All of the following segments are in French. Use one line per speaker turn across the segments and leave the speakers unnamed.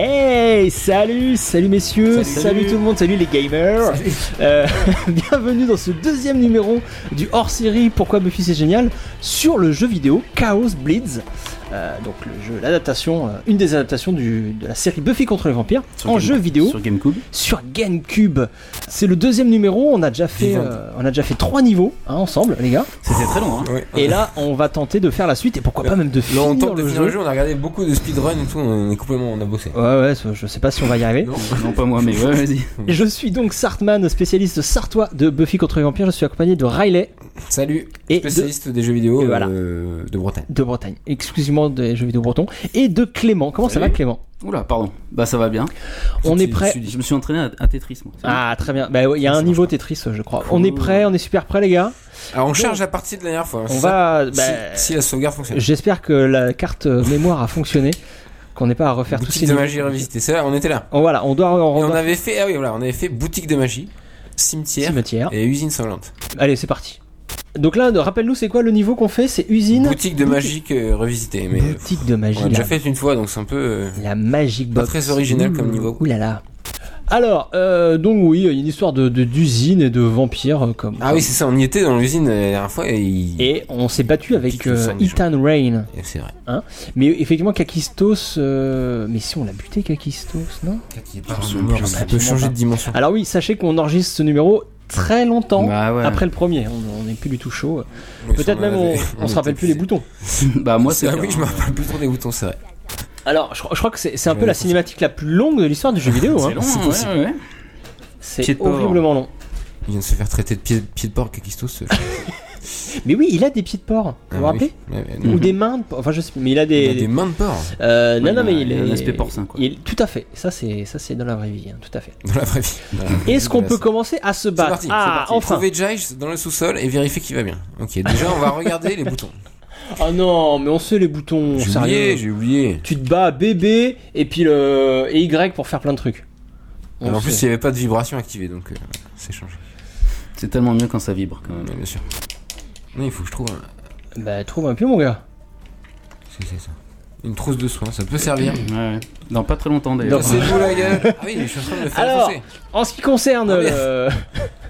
Hey, salut, salut messieurs, salut, salut. salut, tout le monde, salut les gamers. Euh, bienvenue dans ce deuxième numéro du hors-série Pourquoi Buffy c'est génial sur le jeu vidéo Chaos Blitz. Euh, donc le jeu, l'adaptation, euh, une des adaptations du, de la série Buffy contre les vampires sur en Game, jeu vidéo
sur GameCube.
Sur GameCube, c'est le deuxième numéro. On a déjà fait, euh, on a déjà fait trois niveaux hein, ensemble, les gars.
C'était très long. Hein. Ouais.
Et là, on va tenter de faire la suite et pourquoi ouais. pas même de finir
là, on tente
le,
de
jeu.
le, jeu. On a regardé beaucoup de speedrun et tout. On est complètement, on a bossé.
Ouais, ouais. Je sais pas si on va y arriver.
non, non, pas moi, mais ouais, vas-y.
Je suis donc Sartman, spécialiste sartois de Buffy contre les vampires. Je suis accompagné de Riley.
Salut. Et spécialiste de... des jeux vidéo voilà. de Bretagne.
De Bretagne exclusivement des jeux vidéo bretons, et de Clément. Comment
Eh
Salut. ça va, Clément
Oula, pardon. Bah ça va bien.
On est prêt.
Je me suis entraîné à, à Tetris. Moi.
Ah très bien. Bah il ouais, y a un niveau Tetris, je crois. On est prêt, on est super prêt les gars.
Alors on Donc, charge la partie de la dernière fois.
On va.
Bah, si, si, la sauvegarde fonctionne.
J'espère que la carte euh, mémoire a fonctionné. Qu'on n'est pas à refaire
boutique
tous ces
de magie revisité. C'est on était là.
Oh, voilà, on doit.
On, on avait fait. Ah oui, voilà, on avait fait boutique de magie, cimetière,
cimetière.
et usine sanglante.
Allez, c'est parti. Donc là, rappelle-nous, c'est quoi le niveau qu'on fait C'est usine.
Boutique de magique euh, revisité. Mais euh,
Boutique de magie.
On l'a déjà fait une fois, donc c'est un peu. Euh,
la magique
Pas
box.
très original mmh. comme niveau.
Ouh là là. Alors, euh, donc oui, il y a une histoire de, de d'usine et de vampires euh, comme.
Ah oui, c'est ça. On y était dans l'usine euh, la dernière fois et. Il...
Et on s'est battu avec euh, Ethan Rain.
C'est vrai.
Hein mais effectivement, Kakistos. euh, Mais si on l'a buté, Kakistos, non
Ça peut changer de dimension.
Alors oui, sachez qu'on enregistre ce numéro très longtemps bah ouais. après le premier. On n'est plus du tout chaud. Peut-être même on, on se rappelle plus les boutons.
bah moi c'est.
Ah oui, je me rappelle plus trop des boutons, c'est vrai.
Alors je, je crois que c'est un peu la cinématique la plus longue de l'histoire du jeu vidéo.
c'est hein. long, ouais, ouais.
C'est horriblement long.
Il vient de se faire traiter de pied, pied de porc, Kakistos. Ah Ce...
mais oui, il a des pieds de porc,
bah
vous vous rappelez Ou des mains de porc. Enfin, je sais, mais il a des.
Il a des mains de porc.
Euh, non, non, mais il,
il a un aspect porcin, quoi.
Il, tout à fait. Ça, c'est ça, c'est dans la vraie vie, hein. tout à fait.
Dans la vraie vie.
Est-ce qu'on peut commencer à se battre
parti,
Ah,
parti.
enfin.
Trouver Jive dans le sous-sol et vérifier qu'il va bien. Ok, déjà, on va regarder les boutons.
Ah non, mais on sait les boutons.
J'ai oublié, j'ai oublié.
Tu te bats bébé et puis le et Y pour faire plein de trucs.
On en plus, il n'y avait pas de vibration activée, donc euh, c'est changé.
C'est tellement mieux quand ça vibre, quand même.
bien sûr. Mais il faut que je trouve un.
Bah, trouve un pieu, mon gars.
C'est ça. Une trousse de soins, ça peut servir.
Ouais. Dans pas très longtemps d'ailleurs.
C'est vous la gueule Ah oui, je suis en train de le faire
Alors, en ce qui concerne.
Ah,
le...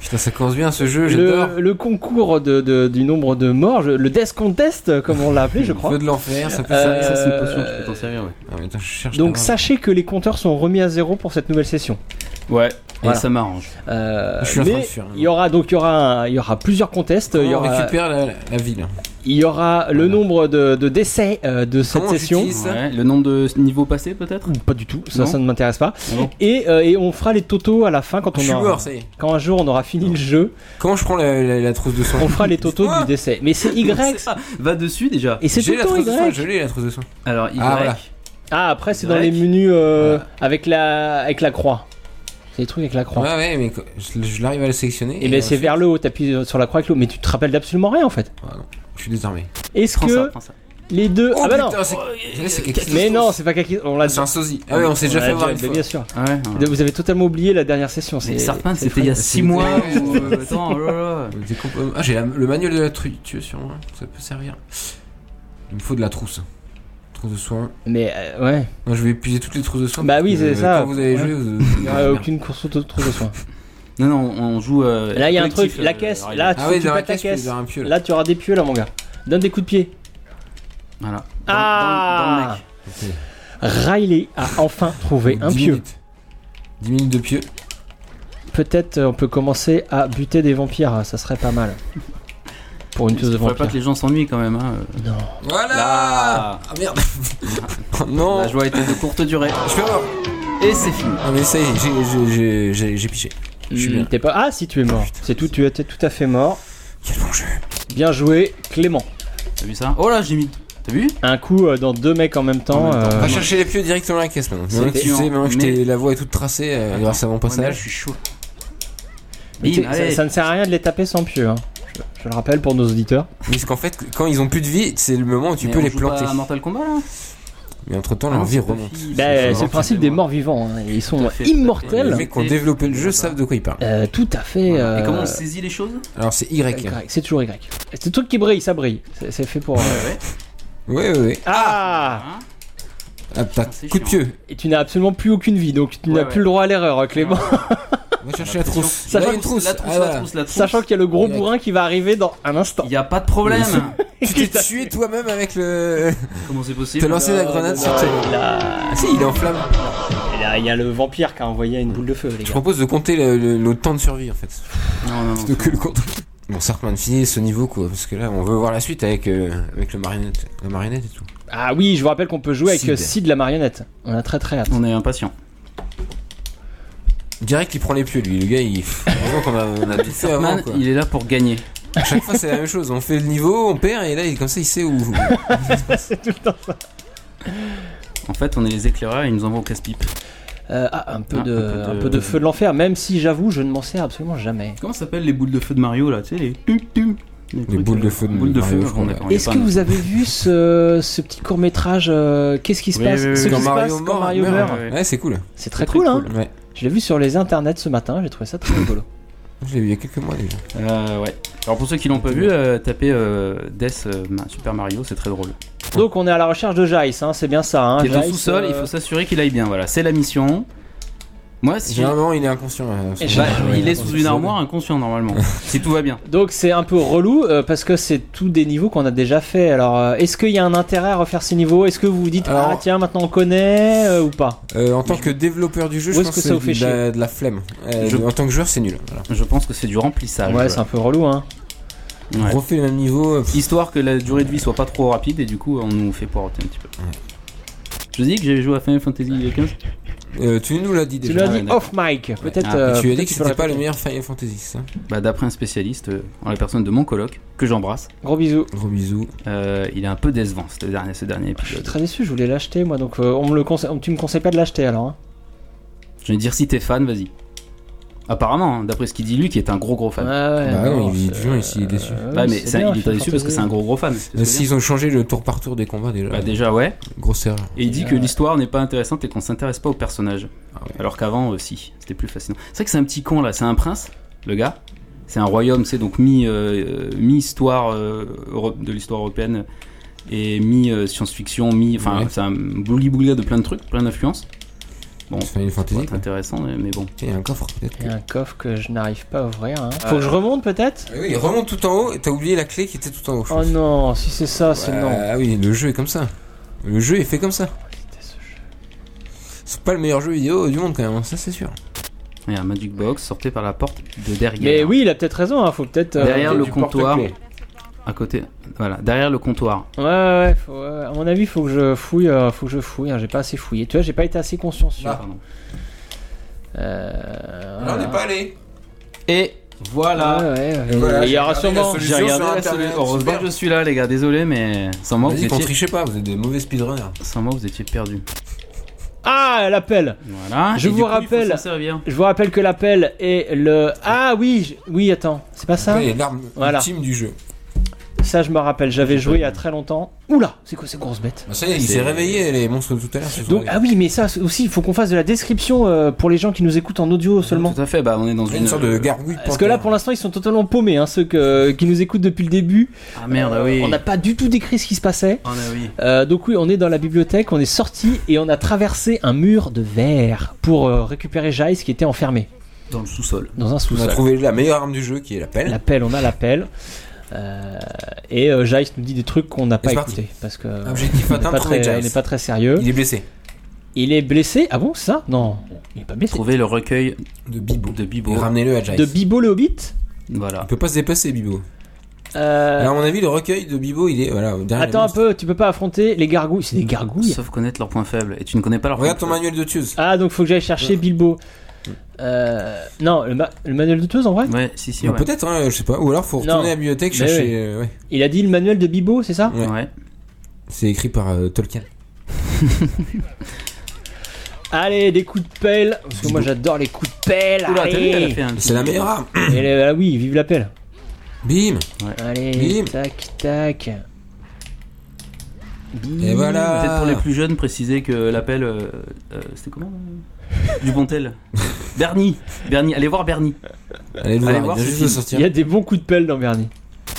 Putain, ça commence bien ce jeu, j'adore.
Le, le, concours de, de, du nombre de morts, je, le Death Contest, comme on l'a appelé, je crois.
Le feu de l'enfer, ça peut servir.
Ça, c'est une potion, tu peux t'en servir, ouais.
Ah, mais attends, je cherche
Euh, Donc, sachez que les compteurs sont remis à zéro pour cette nouvelle session.
Ouais, voilà. et ça m'arrange.
Euh, je suis en train de fuir, Il y aura donc il y aura un, il y aura plusieurs contests. il y aura,
on récupère la, la, ville.
Il y aura le voilà. nombre de, de décès euh, de cette
Comment
session.
Ouais,
le nombre de niveaux passés peut-être
Pas du tout, ça, ça ne m'intéresse pas. Et, euh, et, on fera les totos à la fin quand on
je
aura,
mort, ça y est.
quand un jour on aura fini non. le jeu.
Comment je prends la, la, la trousse de soin
On fera les totos du décès. Mais c'est Y.
Ça. Va dessus déjà.
Et c'est
J'ai la trousse de soin,
Y.
je l'ai la trousse de soin.
Alors Y.
Ah, voilà.
Ah, après c'est dans les menus euh, avec la avec la croix. C'est les trucs avec la croix.
Ouais, Ah ouais, mais je, je l'arrive à le sélectionner. euh,
Et, ben c'est
ensuite-
vers le haut, t'appuies sur la croix avec le haut. Mais tu te rappelles d'absolument rien en fait.
Ah, non, je suis désarmé.
Est-ce
Prends
que
ça, prends ça.
les deux
Oh
Ah bah non.
putain, c'est- c'est quelque chose.
Mais non, c'est pas Kaki. On l'a
c'est un sosie. Ah ouais, on s'est déjà
l'a
fait avoir une
déjà- mais Bien
fois.
sûr.
Ouais, ouais.
Vous avez totalement oublié la dernière session. C'est
Mais Sartman,
c'est
c'était il y a
frais.
6 mois. ou, euh, Attends, oh là là.
Des compo- Ah, j'ai la- le manuel de la tru- tu veux sur moi, ça peut servir. Il me faut de la trousse. Trousse de soins.
Mais euh, ouais.
Moi, je vais épuiser toutes les trousses de soins.
Bah
parce
oui,
que,
c'est
euh,
ça.
Quand vous allez
Ouais.
jouer, vous- vous-
Il y
Ah,
aura
merde.
aucune course auto trop de soins.
Non, non, on joue. euh,
Là, il y a un
collectif,
truc, la
euh,
caisse,
alors,
là,
Ah
tu
ouais, dans
pas
la
ta
caisse, je peux
caisse.
dire un pieu. là.
Là, tu auras des pieux là, mon gars. Donne des coups de pied.
Voilà. Dans- dans- dans le
Ah
mec.
Riley a enfin trouvé un
10
pieu.
minutes. 10 minutes de pieu.
Peut-être euh, on peut commencer à buter des vampires, hein, ça serait pas mal. Pour une tueuse de
Faudrait pas
vampires.
que les gens s'ennuient quand même. hein.
Non.
Voilà
Là.
Ah merde Oh Non
La joie était de courte durée.
Je fais avoir
Et c'est fini.
Ah mais ça y est, j'ai- j'ai- j'ai- j'ai j'ai piché. Je suis
Hmm,
bien.
t'es pas... Ah si tu es mort. C'est tout, tu étais tout à fait mort.
Quel bon jeu
Bien joué, Clément.
T'as vu ça Oh là, j'ai mis. T'as vu
Un coup euh, dans deux mecs en même temps.
En même temps.
euh,
Va chercher les pieux directement à la caisse maintenant. Maintenant que tu
dur,
sais, maintenant que je
mais-
t'ai- la voie est toute tracée euh, grâce à mon
Ouais, mais là,
passage.
je suis chaud.
mais tu-
Bim,
ça,
allez.
ça ne sert à rien de les taper sans pieux. hein. Je, je le rappelle pour nos auditeurs.
Parce qu'en fait, quand ils ont plus de vie, c'est le moment où tu
Mais
peux
on
les
joue pas
planter.
à Mortal Kombat là Ah
Mais entre temps, leur vie remonte.
Bah,
c'est
euh,
ça,
c'est le principe des
excusez-moi.
morts vivants. hein. Ils
Tout
sont
à fait, tout à fait.
Les
immortels.
mecs qui ont développé le jeu savent de quoi ils parlent.
Euh, tout à fait.
Et
euh,
comment on saisit les choses
Alors c'est Y.
Y, C'est toujours Y. C'est le truc qui brille, ça brille. C'est c'est fait pour. euh,
Ouais,
Ouais, ouais, ouais.
Ah
Hein
Ah, t'as-
Putain, c'est
coup de
chiant.
pieu.
Et tu n'as absolument plus aucune vie, donc tu n'as
Ouais, ouais.
plus le droit à l'erreur, hein, Clément.
On va chercher la
pression.
trousse.
Sachant
Ouais,
que
une trousse.
La trousse,
Ah,
la
voilà.
trousse, la trousse.
Sachant qu'il y a le gros
Il y a-
bourrin qui va arriver dans un instant.
Il n'y a pas de problème.
Tu t'es tué toi-même avec le.
Comment c'est
T'as
possible
lancé la grenade
Euh,
sur tes.
Il a-
Ah si, il est en flamme.
il a- il y a le vampire qui a envoyé une boule de feu, les
Je
gars.
propose de compter le, le- le temps de survie en fait.
Non, non, non.
Plutôt que le compte. Bon, Sarkman, finis ce niveau quoi, parce que là on veut voir la suite avec, euh, avec le marionnette, la marionnette et tout.
Ah oui, je vous rappelle qu'on peut jouer avec
Sid.
euh, Sid la marionnette. On a très très hâte.
On est impatient.
Direct, il prend les pieux lui, le gars il. Heureusement qu'on a, on a tout fait avant
Man,
quoi.
il est là pour gagner.
À Chaque fois c'est la même chose, on fait le niveau, on perd et là il, comme ça il sait où.
Euh, C'est tout le temps ça.
En fait, on est les éclaireurs et ils nous envoient au casse-pipe.
Euh, ah, un peu,
Ah,
de, un, peu de... feu de l'enfer, même si j'avoue, je ne m'en sers absolument jamais.
Comment s'appellent les boules de feu de Mario là Tu sais, les. tum, tum, Les, trucs,
boules de
euh,
feu de
boules de
Mario,
feu.
je crois,
on
ouais.
est- on est
Est-ce
pas
que
un-
vous avez vu ce, ce petit court métrage Qu'est-ce qui se
Oui,
passe
oui, oui.
Ce qui
Quand
se
Mario
passe
meurt,
quand Mario
meurt.
meurt.
Ouais.
Ouais, c'est cool.
C'est très
très
cool, hein.
Ouais,
Je l'ai vu sur les internets ce matin, j'ai trouvé ça très rigolo.
je l'ai vu il y a quelques mois déjà.
Euh, ouais. Alors pour ceux qui l'ont pas vu, euh, tapez euh, Death euh, Ma- Super Mario, c'est très drôle.
Donc on est à la recherche de Jace, hein, c'est bien ça.
Ah,
Hein,
Qui est au
Jace,
sous-sol,
euh,
il faut s'assurer qu'il aille bien. Voilà, c'est la mission. Moi, si
Généralement il est inconscient. euh,
Et
son-
Bah,
Ouais,
il est sous une armoire inconscient normalement, si tout va bien.
Donc c'est un peu relou euh, parce que c'est tous des niveaux qu'on a déjà fait. Alors euh, est-ce qu'il y a un intérêt à refaire ces niveaux Est-ce que vous vous dites
Alors-
ah tiens maintenant on connaît euh, ou pas
Euh, en tant que développeur du jeu,
Où
je
est-ce
pense
que
que
ça vous
c'est
fait
de, la- de la flemme. Euh,
Je-
En tant que joueur, c'est nul. Voilà.
Je pense que c'est du
Ouais
remplissage.
c'est un peu relou hein.
Ouais.
Refait le même niveau. euh, pff,
Histoire que la durée de vie soit pas trop rapide et du coup on nous fait poireauter un petit peu. Je dis que j'ai joué à Final Fantasy XV.
euh, tu nous l'as dit
Tu
déjà.
l'as
ouais,
dit
d'accord.
off mic. Peut-être.
Ah,
euh,
tu as
peut-être
dit que
tu peux
c'était pas
répéter.
le meilleur Final Fantasy, c'est ça
Bah, D'après un spécialiste, euh, en la personne de mon coloc, que j'embrasse,
Gros bisous.
Gros bisous.
euh, il est un peu décevant ce dernier, ce dernier
Je suis
Ah,
épisode.
très déçu, je voulais l'acheter moi donc euh, on me le conseille- tu me conseilles pas de l'acheter alors. hein.
Je vais dire si t'es fan, vas-y. Apparemment, hein, d'après ce qu'il dit lui, qui est un gros gros fan.
ouais,
bah
non,
non, il est
c'est-
du jeu ici, il est déçu.
euh,
Ouais,
oui,
mais
c'est
ça,
bien,
il est pas
Final
déçu parce que c'est
Fantasy.
un gros gros fan. c'est ce que je
Euh,
veux dire.
S'ils ont changé le tour par tour des combats déjà,
Bah, déjà, ouais.
grosse erreur.
Et il dit que
Ouais.
l'histoire n'est pas intéressante et qu'on s'intéresse pas aux personnages.
Ah ouais.
Alors qu'avant, euh, si, c'était plus fascinant. C'est vrai que c'est un petit con là, c'est un prince, le gars. C'est un royaume, c'est donc mi, euh, euh, mi-histoire euh, Europe- de l'histoire européenne et mi-science-fiction, mi. Enfin,
Ouais.
c'est un bouli-boulga de plein de trucs, plein d'influences. Bon, ça
Final
pourrait
Fantasy,
être
quoi.
intéressant, mais mais bon.
Tiens, Il y a un coffre peut-être.
Il y a
que-
un coffre que je n'arrive pas à ouvrir. hein. Faut que je remonte peut-être
Ah oui, il remonte tout en haut et t'as oublié la clé qui était tout en haut. je
Oh
pense.
non, si c'est ça, c'est
Ouais,
non.
Ah oui, le jeu est comme ça. Le jeu est fait comme ça.
C'était ce jeu.
C'est pas le meilleur jeu vidéo du monde quand même, hein, ça c'est sûr.
Il y a un Magic Box, sortez par la porte de derrière.
Mais oui, il a peut-être raison, hein, faut peut-être. euh,
Derrière le
Du
comptoir.
porte-clés.
À côté, voilà, derrière le comptoir.
Ouais, ouais, faut, ouais, à mon avis, faut que je fouille, euh, faut que je fouille. hein, j'ai pas assez fouillé. Tu vois, j'ai pas été assez consciencieux.
Ah.
Pardon.
Euh,
Là, on n'est pas allé.
Et voilà.
Ouais, ouais, ouais.
Et voilà,
il y
j'ai
aura
regardé la
sûrement.
solution.
J'ai regardé
sur
la
Internet,
solution. Heureusement
super.
que je suis là, les gars. Désolé, mais sans
Oh,
moi, vous
Vas-y, qu'on
étiez,
trichait pas, vous êtes des mauvais speedrunners.
sans moi, vous étiez perdus.
Ah, l'appel.
Voilà.
Je
Et
vous
du coup,
rappelle-
Il faut s'en servir.
Je vous rappelle que l'appel est le. Ah oui, je- oui, attends, c'est pas ça.
Là, il y a l'arme
Voilà.
ultime du jeu.
Ça, je me rappelle. J'avais joué il y a très longtemps. Oula, c'est quoi ces grosses bêtes
Bah, ça y est, il
C'est-
s'est réveillé les monstres de tout à l'heure. se sont
Donc
réveillés.
ah oui, mais ça aussi, il faut qu'on fasse de la description euh, pour les gens qui nous écoutent en audio seulement.
Tout à fait. Bah, on est dans une,
une sorte de gargouille.
Parce que là, pour l'instant, ils sont totalement paumés, hein, ceux que- qui nous écoutent depuis le début.
Ah merde, ah
Euh,
oui.
On n'a pas du tout décrit ce qui se passait.
Ah, oui.
Euh, donc oui, on est dans la bibliothèque, on est sorti et on a traversé un mur de verre pour euh, récupérer Jace qui était enfermé
Dans le sous-sol.
dans un
on a
sous-sol.
trouvé la meilleure arme du jeu qui est la pelle.
La pelle, on a la pelle. Euh, et euh, Jace nous dit des trucs qu'on n'a pas
c'est parti. Ah,
écoutés parce que euh,
Objectif
on n'est
atteint,
pas,
trouver
très- on n'est
Giles.
pas très sérieux.
Il est blessé.
Il est blessé. Ah bon, c'est ça Non, il est pas blessé.
Trouver le recueil
De Bibo.
de Bibo.
Et ramenez-le à Giles.
De Bibo le Hobbit.
Il
Voilà.
peut pas se dépasser, Bibo.
Euh,
Alors, à mon avis, le recueil de Bibo, il est. Voilà, derrière
attends
les
un peu, tu peux pas affronter les gargouilles. C'est des gargouilles.
Sauf connaître leurs points faibles. Et tu ne connais pas leurs
monstres. Regarde ton
points faibles.
manuel de tueuse.
Ah donc faut que j'aille chercher Bilbo. Euh, non, le, ma- le manuel de tueuse en vrai.
Ouais, si, si.
Bah,
ouais.
Peut-être, hein, je sais pas. Ou alors, faut
Non.
retourner à la bibliothèque
Mais
chercher.
oui.
euh, ouais.
Il a dit le manuel de Bibo, c'est ça
Ouais.
Ouais.
C'est écrit par euh, Tolkien.
Allez, des coups de pelle. Parce que moi j'adore les coups de pelle.
Oula, t'as vu, elle a
allez.
fait un petit-
C'est la meilleure arme.
Et le- ah oui, vive la pelle.
Bim.
Allez,
Bim.
tac, tac. Bim.
Et voilà.
Peut-être pour les plus jeunes, préciser que l'appel. euh, euh, c'était comment euh, Dupontel. Bernie. Bernie. Allez voir Bernie.
Allez le
Allez
voir,
voir
il vient
ce
juste
Il
film.
de
y
sortir.
a des bons coups de pelle dans Bernie.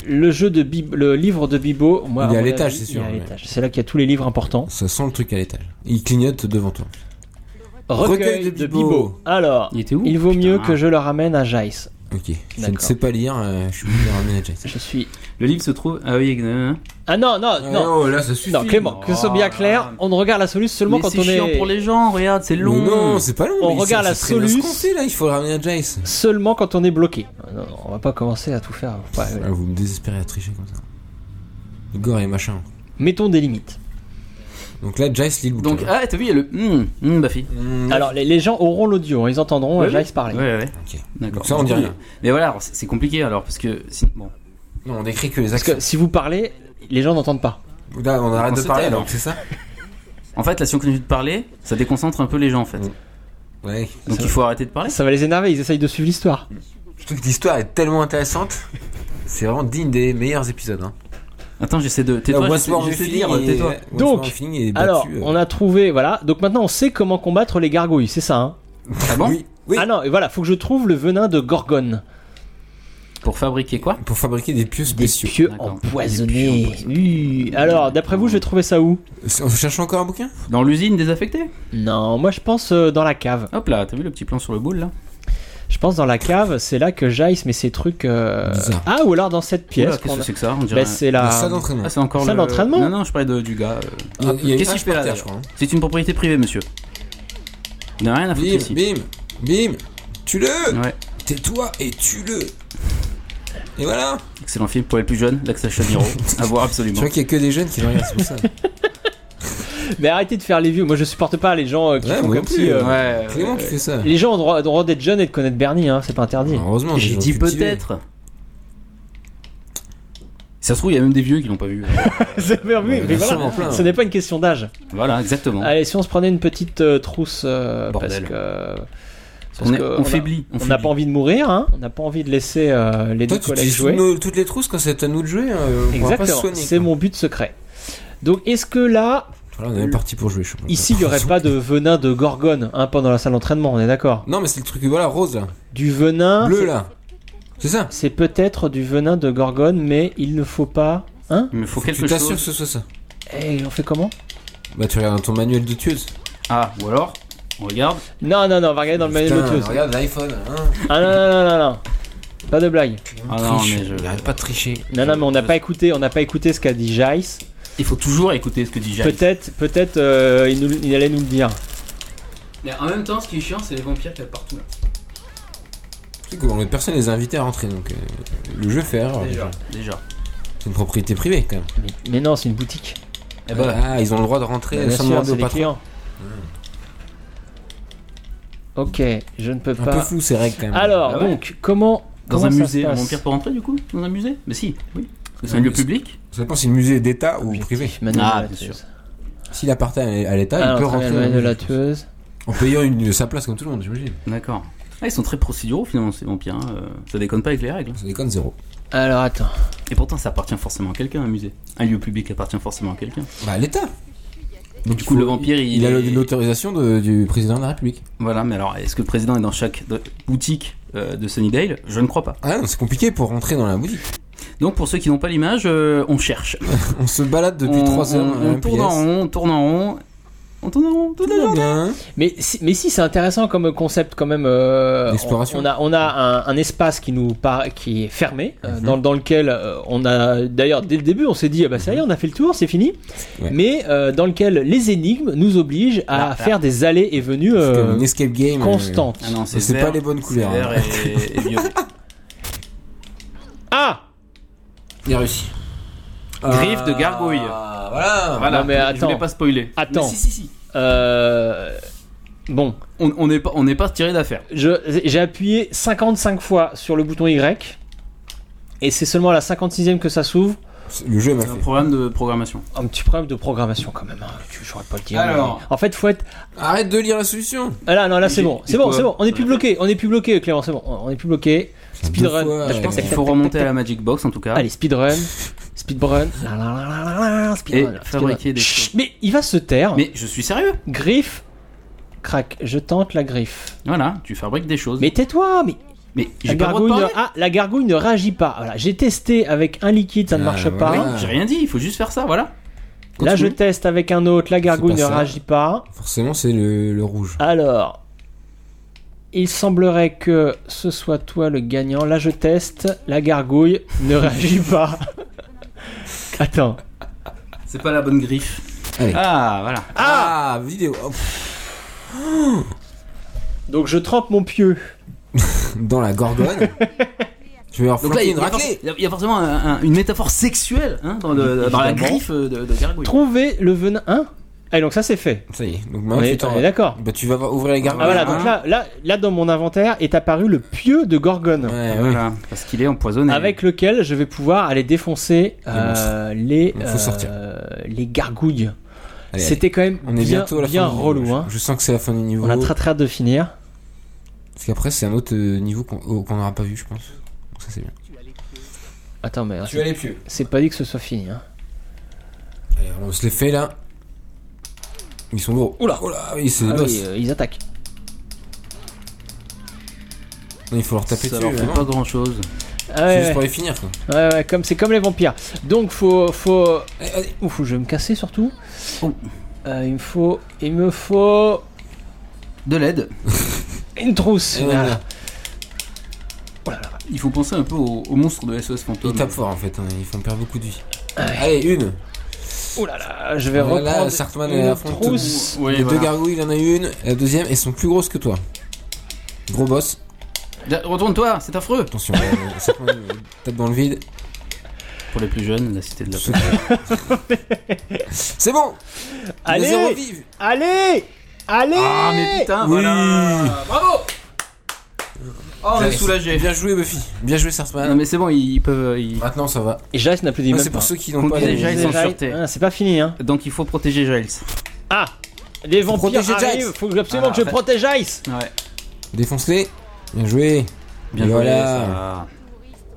le jeu de Bib- le livre de Bibo, moi,
Il est
mon
à l'étage,
avis,
c'est
il
sûr,
est à
mais-
l'étage. C'est là qu'il y a tous les livres importants.
Ça sent le truc à l'étage. Il clignote devant toi.
Recueil,
Recueil
de,
de
Bibo.
Bibot.
Alors,
Il était où
il vaut
Putain,
mieux
ah.
que je le ramène à Jace.
Ok. Je ne
D'accord.
sais pas lire, euh, je suis obligé de ramener la Jace.
Je suis.
Le livre se trouve. Ah oui, euh,
Ah non, non,
Ah
non.
là, ça suffit.
Non, Clément, que ce soit bien clair, on ne regarde la solution seulement
Oh, mais
quand
c'est
on
chiant
est
pour les gens, regarde, c'est
Mais
long.
Non, c'est pas long.
On
mais
regarde
ça-
la
ça serait bien ce
soluce.
qu'on fait, là, il faut le ramener à Jace.
seulement quand on est bloqué. Non, on va pas commencer à tout faire. Ouais, ouais.
Ah, vous me désespérez à tricher comme ça. Gore et machin.
Mettons des limites.
Donc là, Jace lit le bouquin.
Donc, ah, t'as vu, il y a le. Hum, hum, Bafi.
Mmh.
euh, Alors les, les gens auront l'audio, hein, ils entendront
Ouais,
Jace
ouais.
parler.
Ouais, ouais,
Ok.
d'accord.
Donc ça, on dit rien.
Mais voilà, alors, c'est c'est compliqué alors, parce que. si- Bon.
Non, on décrit que les
Parce
actions.
que si vous parlez, les gens n'entendent pas.
Là, on arrête
On
de
se
parler,
tait,
alors,
alors.
c'est ça
En fait, là, si on continue de parler, ça déconcentre un peu les gens en fait.
Mm. Ouais.
Donc, il faut arrêter de parler.
Ça va les énerver, ils essayent de suivre l'histoire.
Je trouve que l'histoire est tellement intéressante. C'est vraiment digne des meilleurs épisodes. Hein.
Attends, j'essaie de.
Là,
Tais-toi,
Once
j'essaie
More
j'essaie de
Feeling
lire,
est-
tais-toi.
Once
Donc,
More Feeling est battu,
Alors,
euh,
on a trouvé, voilà. Donc maintenant on sait comment combattre les gargouilles, c'est ça. Hein
Ah bon
oui, oui.
Ah non, et voilà, faut que je trouve le venin de gorgone.
Pour fabriquer quoi
pour fabriquer des pieux
Des
spéciaux.
pieux
D'accord. Des pieux
empoisonnés. Oui. Alors, d'après vous, je vais trouver ça où
On cherche encore un bouquin
Dans l'usine désaffectée
Non, moi je pense euh, dans la cave.
Hop là, t'as vu le petit plan sur le boule là
Je pense dans la cave, c'est là que Jace met ses trucs. euh,
Bizarre.
Ah, ou alors dans cette
Oula,
pièce.
Qu'est-ce
qu'on
que
a-
c'est que ça On dirait.
Bah, c'est
La
la.
salle d'entraînement.
Ah, c'est encore
Salle
le-
d'entraînement
Non, non, je parlais de- du gars. euh,
Il y a-
ah,
il y a
Qu'est-ce
une
que je fais là
parterre,
d'ailleurs
je crois, hein.
C'est une propriété privée, monsieur. On n'a rien à foutre
Bim,
ici.
bim, bim. Tue-le
Ouais,
Tais-toi et tue-le Et voilà
excellent film pour les plus jeunes, d'Axel Niro. à voir
Tu
absolument.
vois qu'il y a que des jeunes qui le regardent, c'est pour ça.
Mais arrêtez de faire les vieux. Moi, je supporte pas les gens euh, qui
Ouais,
font
moi
comme
non
si.
plus,
euh,
Ouais.
Clément qui fait ça.
Les gens ont le droit, ont le droit d'être jeunes et de connaître Bernie, hein, c'est pas interdit.
Heureusement, des
J'ai
gens
dit
cultivés.
peut-être. Ça se trouve, il y a même des vieux qui l'ont pas vu.
c'est merveilleux,
Ouais,
mais
bien sûr,
voilà,
en plein. hein.
ce n'est pas une question d'âge.
voilà, exactement.
Allez, si on se prenait une petite euh, trousse, euh,
Bordel.
parce que.
on, est-
que a-
on faiblit.
On n'a
faiblit.
pas envie de mourir, hein, on n'a pas envie de laisser euh, les
Toi,
deux
tu
collègues
utilises
jouer.
nos- toutes les trousses quand c'est à nous de jouer. euh, on va pas se
Exactement,
soigner.
c'est
quoi.
mon but secret. Donc, est-ce que là,
Voilà, on est parti pour jouer. je sais pas.
ici, il n'y aurait pas de venin de gorgone hein, pendant la salle d'entraînement, on est d'accord
Non, mais c'est le truc, voilà, rose là.
Du venin.
Bleu
Ah, c'est-
là. C'est ça
C'est peut-être du venin de gorgone, mais il ne faut pas. Hein
Il me faut
Tu
quelque
t'assures que
chose.
ce soit ça
Et on fait comment
Bah, tu regardes dans ton manuel de tueuse.
Ah, ou alors, on regarde.
Non, non, non, on va regarder dans le manuel de
Putain,
tueuse.
Regarde l'iPhone. Hein.
Ah non, non, non, non, non. Pas de blague.
Ah non,
Triche.
mais je-
Il arrête pas de tricher.
Non, non, mais on n'a pas écouté, on n'a pas écouté ce qu'a dit Jace.
Il faut toujours écouter ce que dit Jacques.
Peut-être, peut-être, euh, il, nous- il allait nous le dire.
Mais en même temps, ce qui est chiant, c'est les vampires qu'il y a partout là.
C'est cool, mais personne les a invités à rentrer donc euh, le jeu fait erreur.
Déjà.
Ah, déjà.
Déjà.
C'est une propriété privée quand même.
Mais, mais non, c'est une boutique.
Eh ben,
ah, ils ont le droit de rentrer
Bah, bien
sans
sûr,
demander
c'est
au
les
patron.
clients. Ok, je ne peux
Un peu
pas.
flou ces règles quand même.
Alors,
Ah ouais.
donc, comment.
Dans
comment
un
ça
musée,
se
un
passe
vampire peut rentrer du coup Dans un musée Mais si, oui. Parce que c'est
Ah,
un lieu
mais c'est-
public.
Ça dépend si le musée est d'État ou privé.
Objectif, manuel
Ah,
de la
bien
tueuse.
S'il appartient à à l'État,
Alors,
il peut
très bien,
rentrer.
Ah, le manuel de la
dans-
tueuse.
En payant une, sa place comme tout le monde, j'imagine.
D'accord. Ah, ils sont très procéduraux finalement, ces vampires. hein. Euh, Ça déconne pas avec les règles. hein.
Ça déconne zéro.
Alors, attends.
Et pourtant, ça appartient forcément à quelqu'un, un musée. Un lieu public appartient forcément à quelqu'un.
Bah, à l'État Donc,
Du coup, le vampire, il,
Il a
est-
l'autorisation de- du président de la République.
Voilà, mais alors, est-ce que le président est dans chaque do- boutique euh, de Sunnydale Je ne crois pas.
Ah non, c'est compliqué pour rentrer dans la boutique.
Donc, pour ceux qui n'ont pas l'image, euh, on cherche.
On se balade depuis
on,
3 heures. euh,
on-
dans
on
la
tourne en
pièce.
rond, on tourne en rond. On tourne en rond toute la
Tout va
journée.
bien.
Mais si, mais si c'est intéressant comme concept quand même. euh,
L'exploration.
On, on a, on a un, un espace qui nous par- qui est fermé, euh,
Mhm.
dans, dans lequel euh, on a d'ailleurs dès le début on s'est dit ah bah ça y est on a fait le tour c'est fini,
Ouais.
mais euh, dans lequel les énigmes nous obligent à
Là, là.
faire des allées et venues
C'est
euh,
comme une escape game. euh,
constantes.
Ah non, c'est
C'est
vert,
pas les bonnes
c'est
couleurs,
vert
hein.
et, et violet.
Ah
Il a réussi.
Griffe de gargouille.
Ah, Euh, Voilà.
Voilà,
Non, mais
je
attends.
voulais pas spoiler.
Attends.
Mais si, si, si.
euh, bon
On on n'est pas, on n'est pas tiré d'affaire.
je- j'ai appuyé 55 fois sur le bouton Y et c'est seulement à la 56e que ça s'ouvre
Le jeu m'a
C'est un
fait.
programme de programmation.
un petit problème de programmation quand même hein. je saurais pas le dire
Alors.
mais- en fait faut être
Arrête de lire la solution.
Ah là, non, là
Il-
c'est bon,
il
c'est bon,
faut-
c'est bon, on est plus bloqué, on est plus bloqué, Clément, c'est bon, on est plus bloqué. Speedrun.
Deux fois,
Tac,
euh,
Je pense
tac,
qu'il
tac,
faut
tac,
remonter
tac,
à la Magic Box en tout cas.
Allez, speedrun, speedrun, la, la, la, la, la, la, speedrun.
Et
speedrun.
fabriquer des
Chut,
choses.
Mais il va se taire.
Mais je suis sérieux.
Griffe, crac, je tente la griffe.
Voilà, tu fabriques des choses.
Mais tais-toi, mais
Mais
La
j'ai pas le droit de
gargouille, ne...
parler.
ah, la gargouille ne réagit pas. Voilà, j'ai testé avec un liquide, ça ne
Ah,
marche
voilà.
pas.
Ah.
J'ai rien dit, il faut juste faire ça, voilà.
Là, je
Continue.
teste avec un autre, la gargouille
pas
ne
ça.
réagit pas.
Forcément, c'est le, le rouge.
Alors, il semblerait que ce soit toi le gagnant. Là, je teste. La gargouille ne réagit pas. Attends.
C'est pas la bonne griffe.
Allez.
Ah, voilà.
Ah, vidéo. Oh, pff,
Donc, je trempe mon pieu.
dans la gorgone. je vais leur
Donc là,
flanquer
il y,
une
a forc-
raclée.
il y a- il y a forcément un- un- une métaphore sexuelle hein, dans, le- dans la
Évidemment.
griffe euh, de, de gargouille.
Trouvez le venin. Hein Allez, donc ça, c'est fait.
Ça y est. Donc
On
maintenant, tu
est, on
t'en
est
vas.
d'accord.
Bah, tu vas voir- ouvrir les gargoles.
Ah voilà,
Voilà.
donc là, là, là, dans mon inventaire est apparu le pieu de Gorgone.
Ouais, ouais.
Euh, Voilà, parce qu'il est empoisonné.
Avec lequel je vais pouvoir aller défoncer euh, les,
Il faut sortir.
euh, les gargouilles.
Allez, allez.
C'était quand même
On est
bien,
bientôt à la
bien
fin du
relou.
niveau.
Hein.
Je, je sens que c'est la fin du niveau.
On a très très hâte de finir.
Parce qu'après, c'est un autre euh, niveau qu'on oh, qu'on n'aura pas vu, je pense. Donc ça, c'est bien.
Attends, mais
Tu as les pieux.
c'est pas dit que ce soit fini. Hein.
Allez, on se les fait là. Ils sont gros. Oula, oula, oui, c'est des
Ah
boss.
oui, euh, ils attaquent. euh,
Non, il faut leur taper
ça
dessus.
leur
hein.
fait
vraiment.
pas grand chose.
Ah
C'est
ouais,
juste
ouais,
pour les Eh, finir, quoi.
ouais, ouais, comme c'est comme les vampires. Donc faut faut
Allez, allez.
ouf, je vais me casser surtout.
Oh.
Euh, il me faut il me faut
De l'aide.
une trousse.
Et ouais,
Ah.
ouais.
Il faut penser un peu au, au monstre de SOS
Ils
fantôme.
tapent fort en fait, hein, ils font perdre beaucoup de vie.
Ah
Allez, une
Oh là là, je vais
Voilà,
reprendre
Sartman
une
affronte
trousse.
Ouais,
Les
voilà.
deux gargouilles, il en a une, la deuxième, elles sont plus grosses que toi. Gros boss,
Da- Retourne-toi, c'est affreux.
attention, euh, Sartman euh, tape dans le vide.
Pour les plus jeunes, la cité de la
Saute. C'est bon Les zéros
Allez,
vivent
allez, allez.
Ah, mais putain,
Oui.
voilà. Bravo. Oh, on est
Allez,
soulagé.
Bien joué Buffy, bien joué Sartman.
Ah, Non, mais c'est bon, ils, ils peuvent. ils-
Maintenant ça va.
Et Jace n'applaudit
Ah,
même
c'est
pas.
pour ceux qui n'ont
Qu'on
pas
disait
les
déjà, ils
Jace,
sont en
Jace,
sûreté.
ah, c'est pas fini hein.
Donc il faut protéger Giles.
Ah, les vampires
protéger Jace.
arrivent. Faut que- absolument
Ah,
que je
fait-
protège Jace.
Ouais.
Défonce-les. Bien joué.
Bien
Et
joué.
voilà.
ça. Là,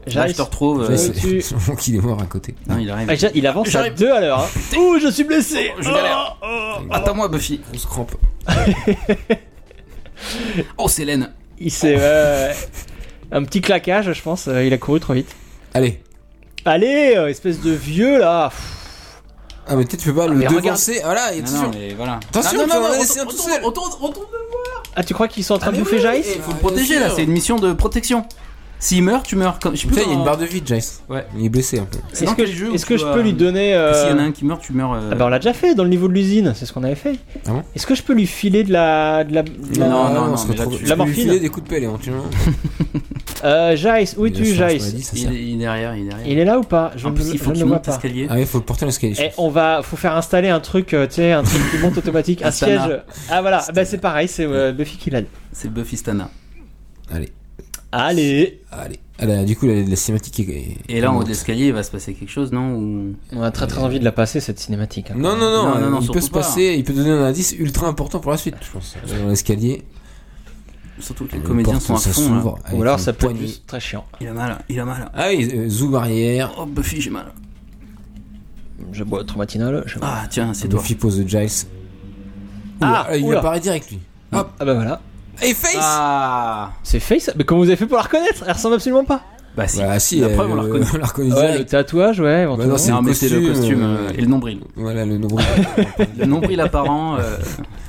je
Jace,
te retrouve. euh,
Jace.
Jace,
tu-
C'est mon qu'il est mort à côté.
Non, il arrive.
Ah, Jace, il avance à
J'arrive.
deux à l'heure. hein. Ouh, je suis blessé.
Je galère.
Oh, oh.
Attends-moi, Buffy.
On se crampe.
Oh, c'est Hélène.
Il s'est. euh, un petit claquage, je pense. euh, il a couru trop vite.
Allez.
Allez, euh, espèce de vieux là. Pff,
Ah mais peut-être tu peux pas le
mais regarde.
devancer. Voilà, il est
Non,
sûr.
non, mais voilà.
Attention,
Ah, non,
tu
non,
en as
non,
laissé un tout
retourne,
seul.
retourne, retourne, retourne.
Ah, tu crois qu'ils sont en train
Ah,
de
mais
bouffer
oui,
Jace
et-
Faut
Ah,
le protéger
bien
là,
sûr.
c'est une mission de protection. S'il meurt, tu meurs. Comme, je sais plus
Putain, il y a
comment-
une barre de vie, Jace.
Ouais.
Il est blessé un peu.
C'est
Est-ce
dans
que,
quel jeu où
est-ce
tu
que je
dois-
peux lui donner. euh,
S'il y en a un qui meurt, tu meurs. euh,
Ah bah on l'a déjà fait dans le niveau de l'usine, c'est ce qu'on avait fait.
Ah bon
Est-ce que je peux lui filer de la. De la, de la-
Non, non,
Ah, on
non,
se
mais là,
retrouve-
tu-
je
La
peux lui
morphine.
filer des coups de pelle éventuellement.
Euh, Jace, où es-tu,
L'assurance
Jace
maladie, ça
il,
sert.
est- il est derrière, il est derrière.
Il est là ou pas Je
En
ne
plus,
le-
il faut
je
que
ne
tu
le vois
montes
pas.
l'escalier.
Ah oui, faut le porter dans l'escalier. je
Eh,
pense.
on va, faut faire installer un truc, euh, tu sais, un truc qui monte automatique, un
Astana.
siège. Ah voilà, bah c'est pareil, c'est euh, Buffy qui l'a.
C'est Buffy Stana.
Allez,
Allez,
allez. Ah là, du coup, la, la cinématique est. est-
Et là, en haut
monte.
de l'escalier, il va se passer quelque chose, non Ou-
on a très très envie de la passer cette cinématique. hein.
Non, non, non,
Non, non, non,
il
surtout
peut se
pas.
passer, il peut donner un indice ultra important pour la suite, je pense. Dans l'escalier,
Surtout que les
une
comédiens
porte,
sont à
ça
fond. là.
s'ouvre avec
Ou alors
une
ça peut être
poignée.
juste très chiant.
Il a mal, il a mal.
Ah oui, euh, zoom arrière,
Oh, Buffy, j'ai mal.
Je bois trop matinal. Je...
Ah, tiens, c'est toi.
Buffy pose de Giles.
Ah,
Oula, euh, il
oula.
apparaît direct lui. Hop,
Ah bah voilà.
et face
Ah
C'est Face Mais comment vous avez fait pour la reconnaître Elle ressemble absolument pas.
Bah, si.
Bah si,
la
euh,
preuve, on la reconnaît.
on la reconnaît
Ouais, le
direct.
tatouage, ouais, éventuellement.
Bah non, c'est-
Non, mais c'est le
costume,
costume
euh,
euh, et le nombril.
Voilà le nombre.
Le nombril apparent, euh,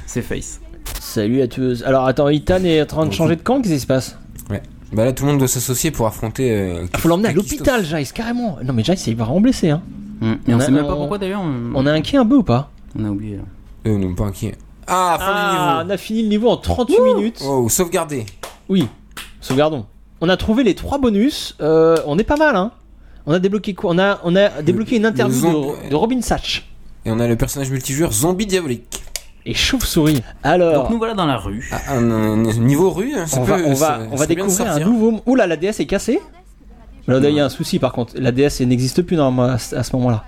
c'est Face.
Salut à tous. Alors attends, Ethan est en train de changer de camp, qu'est-ce qui se passe
bah là, tout le monde doit s'associer pour affronter. euh,
Il Ah, faut l'emmener à
Kakistos.
l'hôpital, Jace, carrément. Non mais Jace, il va vraiment blessé. Hein.
Mm. Mais
On
on,
a-
sait même pas
on-
pourquoi d'ailleurs. On,
On est inquiet un peu ou pas
on a oublié. là.
Euh, non, pas inquiet. Ah, fin
Ah,
du
on
niveau.
a fini le niveau en 38 minutes.
Oh, sauvegarder.
Oui, sauvegardons. On a trouvé les trois bonus. euh, on est pas mal, hein. On a débloqué quoi On a, on a débloqué une interview
le zomb-
de, de Robin Satch
Et on a le personnage multijoueur zombie diabolique.
et Chauve-souris. Alors,
Donc nous voilà dans la rue.
Ah, un, un- un niveau rue, hein, ça
on,
peut.
va, on,
ça-
va, on
ça
va
peut bien
découvrir un
sortir.
nouveau. Ouh là, la DS est cassée. Là, il y a un souci par contre. La DS elle n'existe plus normalement à ce à ce moment-là.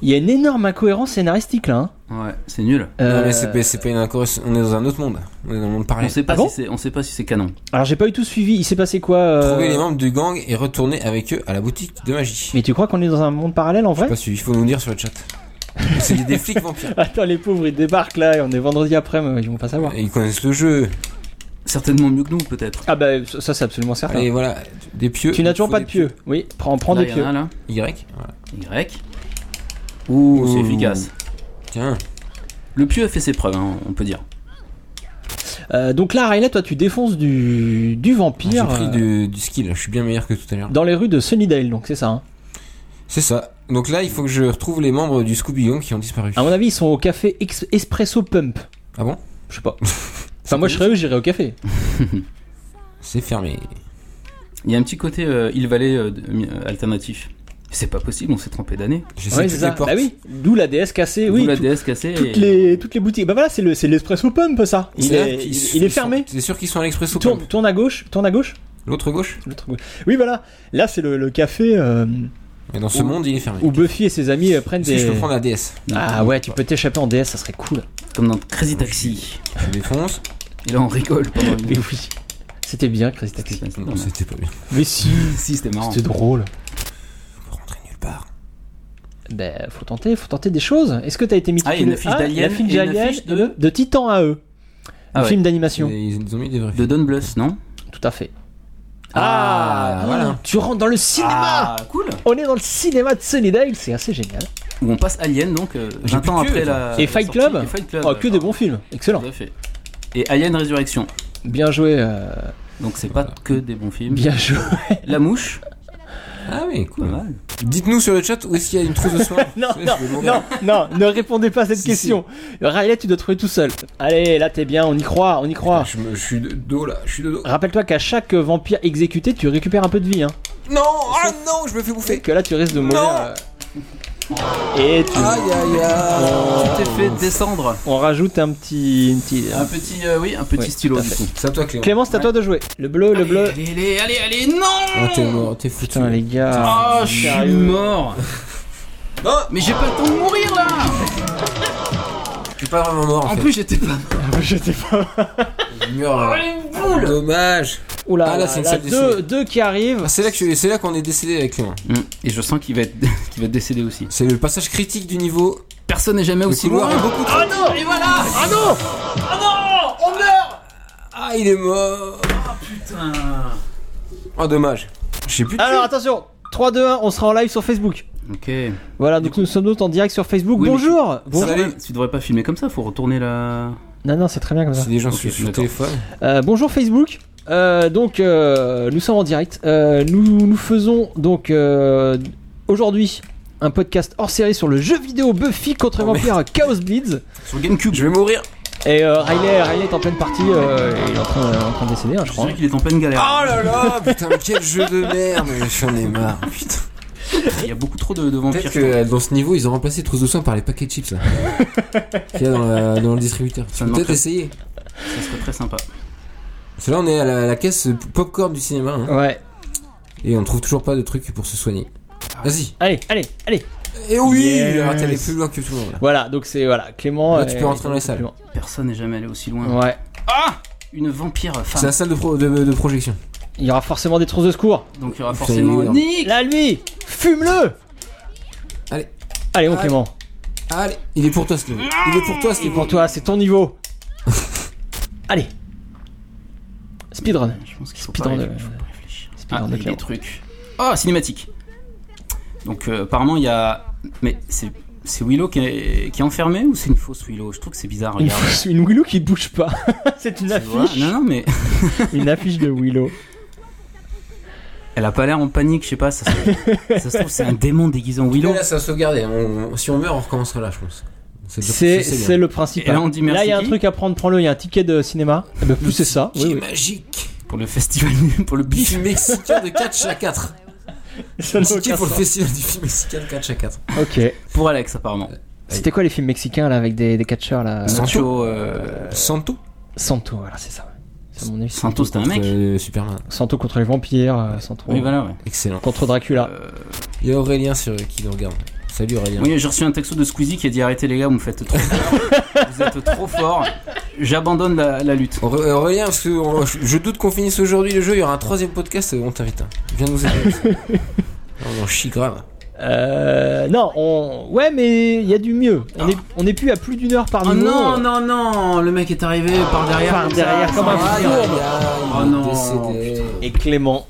Il y a une énorme incohérence scénaristique là. hein.
Ouais, c'est nul.
Non,
Euh,
mais c'est pas- c'est pas une incorrect- on est dans un autre monde. On est dans le monde
On
parallèle.
sait pas
Ah bon
si c'est, on sait pas si c'est canon.
alors, j'ai pas eu tout suivi. Il s'est passé quoi euh,
Trouver les membres du gang et retourner avec eux à la boutique de magie.
Mais tu crois qu'on est dans un monde parallèle en
Je sais
vrai
pas si il faut nous dire sur le chat. c'est des- des flics vampires.
Attends, les pauvres ils débarquent là et on est vendredi après, mais ils vont pas savoir.
Et Ils connaissent le jeu.
certainement mieux que nous, peut-être.
Ah bah ça c'est absolument certain.
Allez, voilà, des pieux.
tu n'as
il
toujours
faut
pas de pieux. Oui, prends, prends
Là,
des
il y en
pieux.
a un, là.
Y. Voilà.
Y. Ouh, c'est efficace.
Tiens,
Le pieu a fait ses preuves, hein, on peut dire.
Euh, donc là, Riley, toi tu défonces du, du
j'ai
vampire
pris
euh,
du, du skill, je suis bien meilleur que tout à l'heure.
dans les rues de Sunnydale, donc c'est ça. hein.
C'est ça. Donc là, il faut que je retrouve les membres du Scooby Gang qui ont disparu.
À mon avis, ils sont au café Ex- Espresso Pump.
Ah bon
Je sais pas. Enfin, moi je serais eux, j'irais au café.
C'est fermé.
Il y a un petit côté euh, Hill Valley euh, de- mi- euh, alternatif. C'est pas possible, on s'est trompé d'année.
J'essaie
Ouais,
toutes
c'est
les
ça.
portes.
Bah oui, d'où la DS cassée,
D'où
Eh oui.
la
tout-
DS cassée.
toutes,
et-
les, toutes les boutiques. Bah voilà, c'est le- c'est l'Espresso Pump ça. Il
C'est là
est,
qu'ils
il-
sont-
il est
ils sont-
fermé.
C'est sûr qu'ils sont à l'expresso.
Tourne,
Pump.
tourne à gauche, tourne à gauche.
L'autre gauche
L'autre gauche. Oui, voilà. Là, c'est le, le café euh,
Mais dans ce
Ou-
monde, il est fermé.
où Buffy et ses amis euh, prennent
Est-ce que
des.
je peux prendre la DS
Ah ouais, tu peux t'échapper en DS, ça serait cool.
Comme dans Crazy Taxi.
Je défonce.
Et là, on rigole pendant une
Mais oui. C'était bien, Crazy Taxi.
C'était-
Non, c'était pas bien.
Mais si,
Si, c'était
Oh.
marrant.
c'était drôle.
Je peux rentrer nulle part.
Ben, faut tenter, faut tenter des choses. Est-ce que t'as été mis
Ah, il y a une affiche d'Alien
La fiche
et une
d'Alien
affiche
de...
de-
de Titan à eux.
Ah
un
ouais.
film d'animation.
Et Ils ont mis des vrais
De Don Bluth, non
Tout à fait.
Ah, voilà.
Tu rentres dans le cinéma
Ah, cool
On est dans le cinéma de Sunnydale, c'est assez génial.
Où on passe Alien, donc euh, 20
plus
ans
de queue,
après
toi.
la.
et Fight
sortie.
Club,
Et Fight Club.
Oh, Que des bons films, excellent.
Tout à fait. Et Alien Résurrection.
Bien joué, euh,
Donc, c'est pas que des bons films.
bien joué.
La mouche.
Ah oui,
Pas
cool.
mal.
Dites-nous sur le chat où est-ce qu'il y a une trousse de soins.
Non,
Je Ah, vais
non,
demander.
non, non, ne répondez pas à cette question. Riley, tu dois trouver tout seul. Allez, là t'es bien, on y croit, on y croit.
Je, me- je suis de dos là, je suis de dos.
Rappelle-toi qu'à chaque vampire exécuté, tu récupères un peu de vie. Hein.
Non, ah non, je me fais bouffer.
Que là, tu risques de mourir.
Non.
euh, Et tu-
Aïe aïe aïe.
Tu t'es fait descendre.
on rajoute un petit. une petite-
Un petit, euh, oui, un petit
Ouais,
stylo
tout à
du
fait.
coup.
C'est à toi Clément.
Clémence, c'est à toi de jouer. Le bleu, le bleu.
Allez, allez, allez, allez,
Ah, t'es
non
mort, t'es foutu.
Putain, les gars.
Oh, je suis
Ah, Sérieux.
mort
Ah,
Mais j'ai pas le temps de mourir là
je suis pas vraiment mort en,
En
fait.
plus, j'étais pas.
Je sais pas.
Je meurs,
Oh,
là.
les boules
Dommage.
Oula,
Ah, là, c'est une salle
deux,
dessinée.
deux qui arrivent.
Ah, c'est là que je- c'est là qu'on est décédé avec Clément.
Mm. Et je sens qu'il va être, qu'il va être décédé aussi.
C'est le passage critique du niveau.
Personne n'est jamais
Le
aussi
couloir
loin.
est beaucoup trop.
non Et voilà
Ah non
Ah, il est mort.
Putain
Ah, dommage. Je sais plus. de
Ah, Alors attention, 3, 2, 1, on sera en live sur Facebook.
Ok.
Voilà, donc nous sommes d'autres en direct sur Facebook.
Oui, mais-
Bonjour
Ça
Bonjour.
devrait-
Salut.
Tu devrais pas filmer comme ça, faut retourner la.
Non, non, c'est très bien comme ça.
C'est des gens
Ok,
sur, sur le
d'accord.
téléphone.
Euh, bonjour Facebook. Euh, donc euh, nous sommes en direct. Euh, nous nous faisons donc euh, aujourd'hui un podcast hors série sur le jeu vidéo Buffy contre les
Oh,
vampires Chaos Bleeds.
Sur Gamecube.
Je vais mourir.
Et euh, Riley, Riley est en pleine partie. euh, il est en train, en train de décéder, hein, je
Je
crois.
dirais qu'il est en pleine galère.
Ah.
Oh là là, putain, mais quel jeu de merde. Mais J'en ai marre. Putain.
Il y a beaucoup trop de, de vampires.
Peut-être que dans ce niveau, ils ont remplacé les trousses de soins par les paquets de chips là. Qu'il y a dans, la- dans le distributeur. Tu
Ça
peux
me
peut-être
manquerait.
essayer.
Ça serait très sympa.
Parce que là, on est à la, la caisse popcorn du cinéma. hein.
Ouais. Ah.
Et on trouve toujours pas de truc pour se soigner. Vas-y.
Allez, allez, allez.
Et oui
Ah. Yes.
Alors, T'es allé plus loin que tout le monde là.
Voilà, donc c'est voilà, Clément.
Là, tu
euh,
peux rentrer dans les salles.
Clément.
Personne n'est jamais allé aussi loin. Ah
Ouais.
Une vampire
C'est
femme.
la salle de, pro- de, de projection.
Il y aura forcément des trousses de secours.
Donc il y aura
Putain,
forcément.
il est énorme.
Nick
Là, lui, fume-le.
Allez. Ah.
Allez, mon
Allez.
Clément.
Allez, il est pour toi ce niveau. Il est pour toi ce
C'est
niveau.
pour toi, c'est ton niveau. allez. Speedrun.
Je pense qu'il faut pas,
Speedrun de-
ré- faut pas réfléchir.
Speedrun de
Ah, il y a
Clément.
des trucs. Oh, cinématique. Donc euh, apparemment il y a. Mais c'est c'est Willow qui est, qui est enfermé ou c'est une fausse Willow Je trouve que c'est bizarre.
Une,
Regarde.
une Willow qui ne bouge pas. c'est une
Tu vois
affiche.
non, non, mais
Une affiche de Willow.
elle a pas l'air en panique, je sais pas. Ça se trouve, ça se trouve, c'est un démon déguisé en Willow.
Mais là, ça se sauvegarder. hein. On- on- si on meurt, on recommencera là, je pense.
C'est c'est le
Et
principal.
là, on dit merci
il y a un
qui
truc à prendre, prends-le. Il y a un ticket de cinéma. Eh ben, plus c'est ça.
C'est
Oui,
magique.
Pour le festival, pour le
Bif
bif.
mexicain de 4 à 4.
oui. Ça n'a
Ticket
aucun
pour le
sens.
festival du film mexicain de 4 à 4.
Ok.
Pour Alex apparemment.
C'était quoi les films mexicains là avec des, des catcheurs là
Santo.
Sancho, euh,
Santo
Santo, voilà, c'est ça. C'est à mon avis.
Santo c'était un mec.
Euh, Superman.
Santo contre les vampires, euh, Santo
Oui voilà. Euh. Ouais.
Excellent.
contre Dracula.
Il y a Aurélien sur, qui nous regarde. Salut Aurélien.
Oui, j'ai reçu un texto de Squeezie qui a dit arrêtez les gars, vous me faites trop peur. vous êtes trop fort. J'abandonne la, la lutte.
Auré- euh, Aurélien, parce que on- je je doute qu'on finisse euh, aujourd'hui le jeu, il y aura un troisième podcast, on t'invite. hein. Viens nous aider. on en chie grave.
Euh, non, on... ouais, mais il y a du mieux. On est, on est plus à plus d'une heure par
Oh
minute.
Ah. non, non, non, le mec est arrivé par derrière.
Par
comme
derrière,
ça,
comme un
sans
fou.
rien.
Oh
Oh non,
décédé.
Et Clément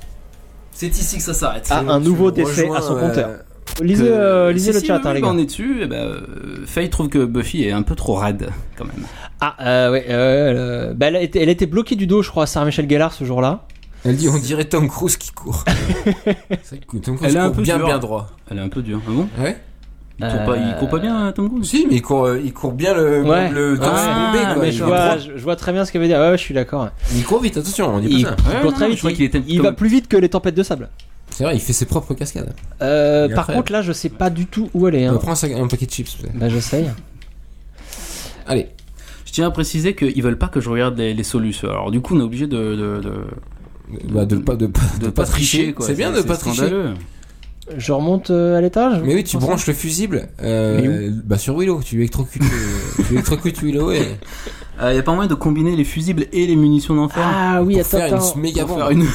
C'est ici que ça s'arrête.
a un nouveau décès
euh,
à son compteur. Ah, Lisez, euh, lisez
Si,
le
si,
chat,
oui,
hein, les
bah,
gars.
On est dessus. Et bah, euh, Faye trouve que Buffy est un peu trop rade quand même.
Ah, euh, ouais, euh, euh, bah, elle, était, elle était bloquée du dos, je crois, à Sarah-Michel Gellar ce jour-là.
Elle dit on dirait Tom Cruise qui court. C'est vrai que Tom Cruise
Elle est un
court
peu
bien
dure.
bien droit.
Elle est un peu dure. Ah bon
Ouais.
il, court pas,
Euh,
il court pas bien, Tom Cruise
Si, mais il court, euh, il court bien le
Ouais.
le torse
Ah,
bombé, quoi.
mais
il,
je
est
vois,
droit.
je, je vois très bien ce qu'elle veut dire. Ouais, ouais, je suis d'accord.
Il court vite, attention, on dit
Il,
pas ça.
il
Ouais,
court
non,
très
je
vite.
crois
il-
qu'il était
il
comme-
va plus vite que les tempêtes de sable.
C'est vrai, il fait ses propres cascades.
Euh,
Il est
par
incroyable.
contre, là, je sais pas du tout où elle est.
On
Hein.
prend un, sac- un paquet de chips. peut-être.
Bah, j'essaye.
Allez,
Je tiens à préciser qu'ils veulent pas que je regarde les, les solus. Alors du coup, on est obligé de, de, de,
bah de pas de, pas- de
de
pas tricher.
quoi.
C'est bien de pas tricher.
scandaleux.
Je remonte euh, à l'étage
Mais oui, tu
Ensemble.
branches le fusible. euh, bah sur Willow, tu électrocutes, euh, tu électrocutes Willow et
Euh, y a pas moyen de combiner les fusibles et les munitions d'enfer
Ah oui,
pour
attends,
faire
attends.
une méga
pour
bombe.
faire une.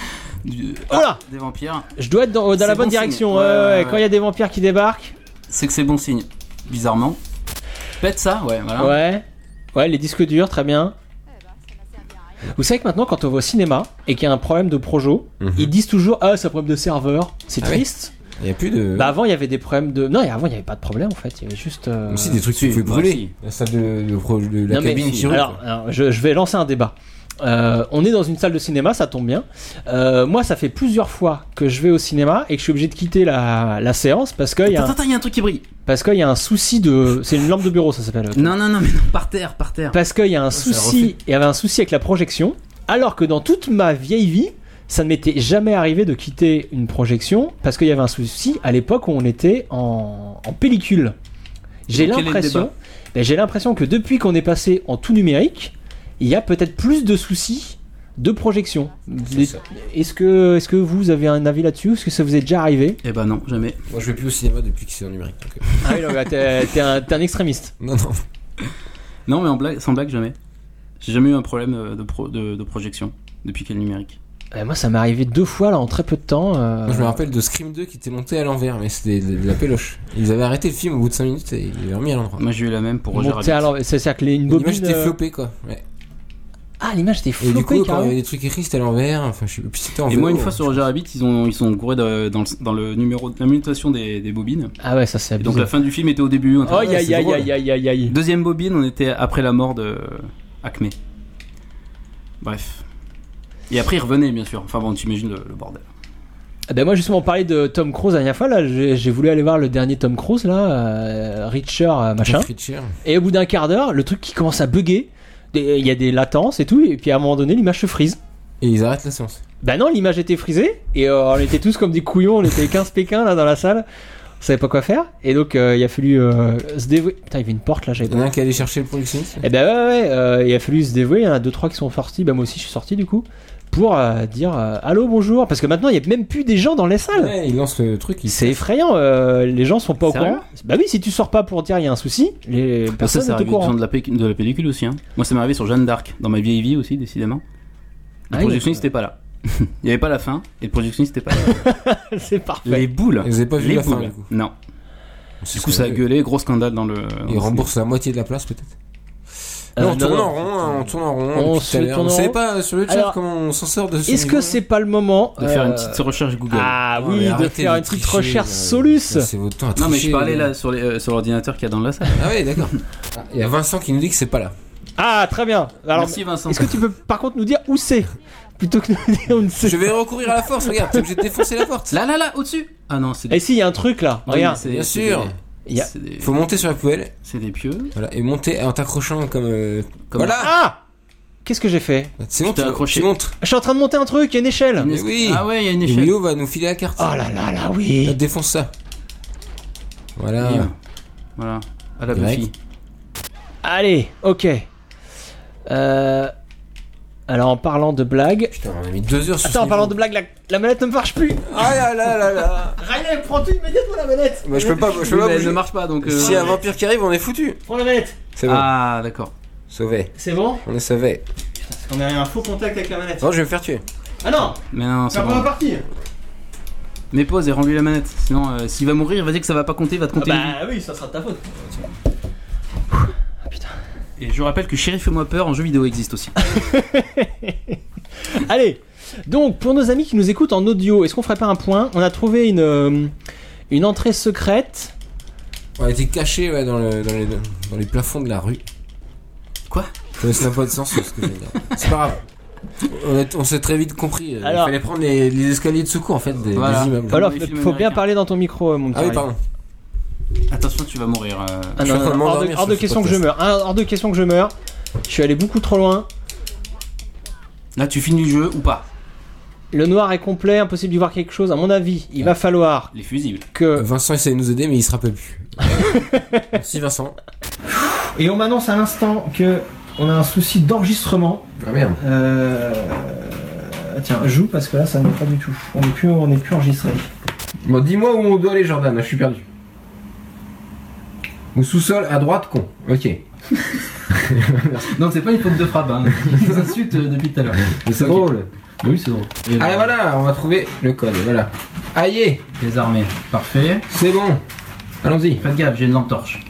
du- ah,
Oh là
Des vampires.
Je dois être dans, dans
C'est
la bonne
bon signe.
direction.
Ouais,
ouais,
ouais,
ouais,
ouais.
Quand il y a des vampires qui débarquent.
C'est que c'est bon signe. Bizarrement. Pète ça, ouais,
Ah.
voilà.
Ouais. Ouais, les disques durs, très bien. Vous savez que maintenant, quand on va au cinéma et qu'il y a un problème de projo,
Mhm.
ils disent toujours Ah, c'est un problème de serveur. C'est
Ah oui. Euh.
triste.
Il y a plus de.
Bah, avant, il y avait des problèmes de. Non, et avant, il n'y avait pas de problème en fait. Il y avait juste. euh,
Aussi des trucs que
si,
tu pouvais
bah,
brûler.
si.
La salle de, de pro- de la
Non, mais-
cabine qui roule,
alors,
quoi.
alors, je, je vais lancer un débat. Euh, on est dans une salle de cinéma, ça tombe bien. Euh, moi, ça fait plusieurs fois que je vais au cinéma et que je suis obligé de quitter la, la séance parce qu'il y, a
Attends,
un-
attends, il y a un truc qui brille.
parce qu'il y a un souci de. C'est une lampe de bureau, ça s'appelle.
Non, non, non, mais non, par terre, par terre.
Parce qu'il y a un
Ça
souci, il y avait un souci avec la projection, alors que dans toute ma vieille vie, ça ne m'était jamais arrivé de quitter une projection parce qu'il y avait un souci à l'époque où on était en, en pellicule. J'ai
Donc, quel est le
l'impression,
débat
ben, j'ai l'impression que depuis qu'on est passé en tout numérique, il y a peut-être plus de soucis de projection. Des-
ça.
Est-ce que, est-ce que vous avez un avis là-dessus Est-ce que ça vous est déjà arrivé
Eh ben non, jamais.
Moi, je vais plus au cinéma depuis que c'est en numérique. donc, euh,
Ah oui, non, bah, t'es, t'es un, t'es un extrémiste.
Non, non.
Non, mais en blague, sans blague, jamais. J'ai jamais eu un problème euh, de, pro- de, de projection depuis qu'elle est numérique.
Euh, moi, ça m'est arrivé deux fois là en très peu de temps. euh,
Moi, je me rappelle de Scream 2 qui était monté à l'envers, mais c'était de, de la péloche. Ils avaient arrêté le film au bout de 5 minutes et ils l'avaient remis à l'endroit.
Moi, j'ai eu la même pour Roger
monter à
Rabbit.
l'envers. C'est-à-dire que les- une bobine.
L'image était
euh,
flopée, quoi. Ouais.
Ah, l'image était
Et
floppée,
du coup, quand il y
carrément.
avait des trucs écrits, c'était à l'envers. Enfin, je sais plus, c'était en
Et
VO,
moi, une fois
hein.
sur Roger Rabbit, ils, ont, ils sont gourés de- dans, le, dans le numéro de la mutation des, des bobines.
Ah ouais, ça c'est
Et donc,
abusé.
la fin du film était au début. on était-
Oh, aïe,
ouais,
aïe,
c'est
aïe,
drôle.
aïe, aïe, aïe, aïe.
Deuxième bobine, on était après la mort de euh, Acme. Bref. Et après, il revenait, bien sûr. Enfin bon, t'imagines le, le bordel.
Ah Ben moi justement, on parlait de Tom Cruise la dernière fois, là, j'ai j'ai voulu aller voir le dernier Tom Cruise, là, euh, Richer, euh, machin.
Jack Reacher.
Et au bout d'un quart d'heure, le truc qui commence à bugger, des- euh, il y a des latences et tout, et puis à un moment donné, l'image se frise.
Et ils arrêtent la séance.
Bah non, l'image était frisée, et euh, on était tous comme des couillons, on était 15 pékins, là, dans la salle. On savait pas quoi faire, et donc euh, il a fallu euh, se dévouer. Putain, il y avait une porte, là, j'avais
Il y en
pas
a un qui allait chercher le projectionniste.
Eh ben ouais, ouais, euh, il a fallu se dévouer, il y en a deux trois qui sont sortis, bah moi aussi je suis sorti du coup, pour euh, dire euh, allô, bonjour, parce que maintenant il y a même plus des gens dans les salles.
Ouais, il lance le truc. Il...
C'est effrayant, euh, les gens sont pas au
Sérieux
courant. Bah oui, si tu sors pas pour dire il y a un souci, les
ça,
personnes
ça
sont au
arrive aux gens
courant.
de la, pé- de la pellicule aussi. hein. Moi, ça m'est arrivé sur Jeanne d'Arc, dans ma vieille vie aussi, décidément. Le
Ah,
projectionniste n'était pas là. il n'y avait pas la fin, et le projectionniste n'était pas là.
C'est parfait.
Les boules.
Et vous avez pas vu
Les
la fin,
boules.
du coup
Non. Du coup, ça a gueulé, gros scandale dans le. dans
Il
le
rembourse la moitié de la place, peut-être.
hein, Euh,
Non, on
non,
tourne
non.
en rond, hein, on tourne en rond.
On
depuis
se
tout à l'heure.
tourne en
On savait
rond.
pas euh, sur le chat
Alors,
comment on s'en sort de ce
Est-ce que
niveau.
c'est pas le moment
cinéma. De faire une
euh,
petite recherche Google.
Ah
Non, mais
oui, de
arrêtez
faire une
de
petite
tricher,
recherche
euh,
là.
Solus.
C'est votre temps à
non, mais je
tricher,
parlais
là.
là sur les- euh, sur l'ordinateur qu'il y a dans la salle.
Ah oui, d'accord. Ah, Il y a Vincent qui nous dit que c'est pas là.
Ah très bien. Alors,
Merci Vincent.
est-ce que tu peux par contre nous dire où c'est plutôt que nous dire où ne
Je
c'est
vais recourir à la force, regarde, t'es obligé de défoncer la porte.
Là, là, là, au-dessus Ah non, c'est des.
Et Eh, si il y a un truc là,
Non,
regarde.
mais c'est-
Bien
c'est
sûr.
des-
Il y a-
C'est des...
Faut monter sur la poubelle,
c'est des pieux.
voilà, et monter en t'accrochant comme. euh,
Comme-
voilà
Ah Qu'est-ce que j'ai fait
Bah, C'est bon,
t'es
tu,
accroché.
tu montes.
Je suis en train de monter un truc, il y a une échelle.
Une
Mais
esca-
oui.
Ah ouais, il y a une
Et
échelle.
Milo va nous filer la carte.
Oh là là là, oui.
Défonce ça. Voilà.
Bim. Voilà. À la
Direct.
Buffy.
Allez, ok. Euh, Alors en parlant de blagues.
Putain, on a mis deux heures sur
Attends, en parlant de blagues, la, la manette ne marche plus.
Ah là là là là
Ryan, prends-tu immédiatement la manette
Moi Bah, je peux pas, je peux
Oui,
pas
mais elle
bouger.
ne marche pas donc. euh,
S'il y a un vampire qui arrive, on est foutu.
Prends la manette.
C'est bon.
Ah d'accord.
Sauvé.
C'est bon
On est sauvé.
On a eu un faux contact avec la manette.
Non, je vais me faire tuer.
Ah non,
Mais non, c'est bon.
partie.
Mais pause et rends-lui la manette. Sinon, euh, s'il va mourir, vas-y que ça va pas compter, va te compter.
Ah
bah oui, ça sera de ta faute.
bah.
Et je rappelle que Sheriff et moi peur en jeu vidéo existe aussi.
Allez, donc pour nos amis qui nous écoutent en audio, est-ce qu'on ferait pas un point On a trouvé une, euh, une entrée secrète.
On a été caché ouais, dans, le- dans les, dans les plafonds de la rue.
Quoi
Ça n'a pas de sens ce que je veux dire. C'est pas grave. On, est- on s'est très vite compris. euh,
Alors-
Il fallait prendre les, les escaliers de secours en fait des,
Voilà.
des immeubles.
Comme
Alors,
les
faut
films
faut bien
américains.
parler dans ton micro, euh, mon petit.
Ah oui,
Ray.
pardon.
Attention, tu vas mourir. euh.
Ah
Je suis
non,
en
non, non,
train de
hors de,
m'endormir
hors
sur
de
ce
question que je meure. hein, hors de question que je meure. Je suis allé beaucoup trop loin.
Là, tu finis le jeu ou pas
Le noir est complet, impossible d'y voir quelque chose. À mon avis, il va falloir
Les fusibles.
Euh,
que.
Vincent essaie de nous aider, mais il se rappelle plus. Merci Vincent.
Et on m'annonce à l'instant que on a un souci d'enregistrement.
Ah merde.
Euh... Tiens, joue parce que là ça n'est pas du tout. On n'est plus, on n'est plus enregistré.
Bon, dis-moi où on doit aller, Jordan, Ah, je suis perdu. Au sous-sol, à droite, con. Ok.
Non, c'est pas une faute de frappe, hein. je vous insulte euh, depuis tout à l'heure.
Mais c'est
Ok.
Bah drôle.
Mais oui, c'est drôle. Et
Allez,
là,
Ah, voilà, on va trouver le code, voilà. Aïe,
Les armées, parfait.
c'est bon. Allons-y.
Faites gaffe, j'ai une lampe torche.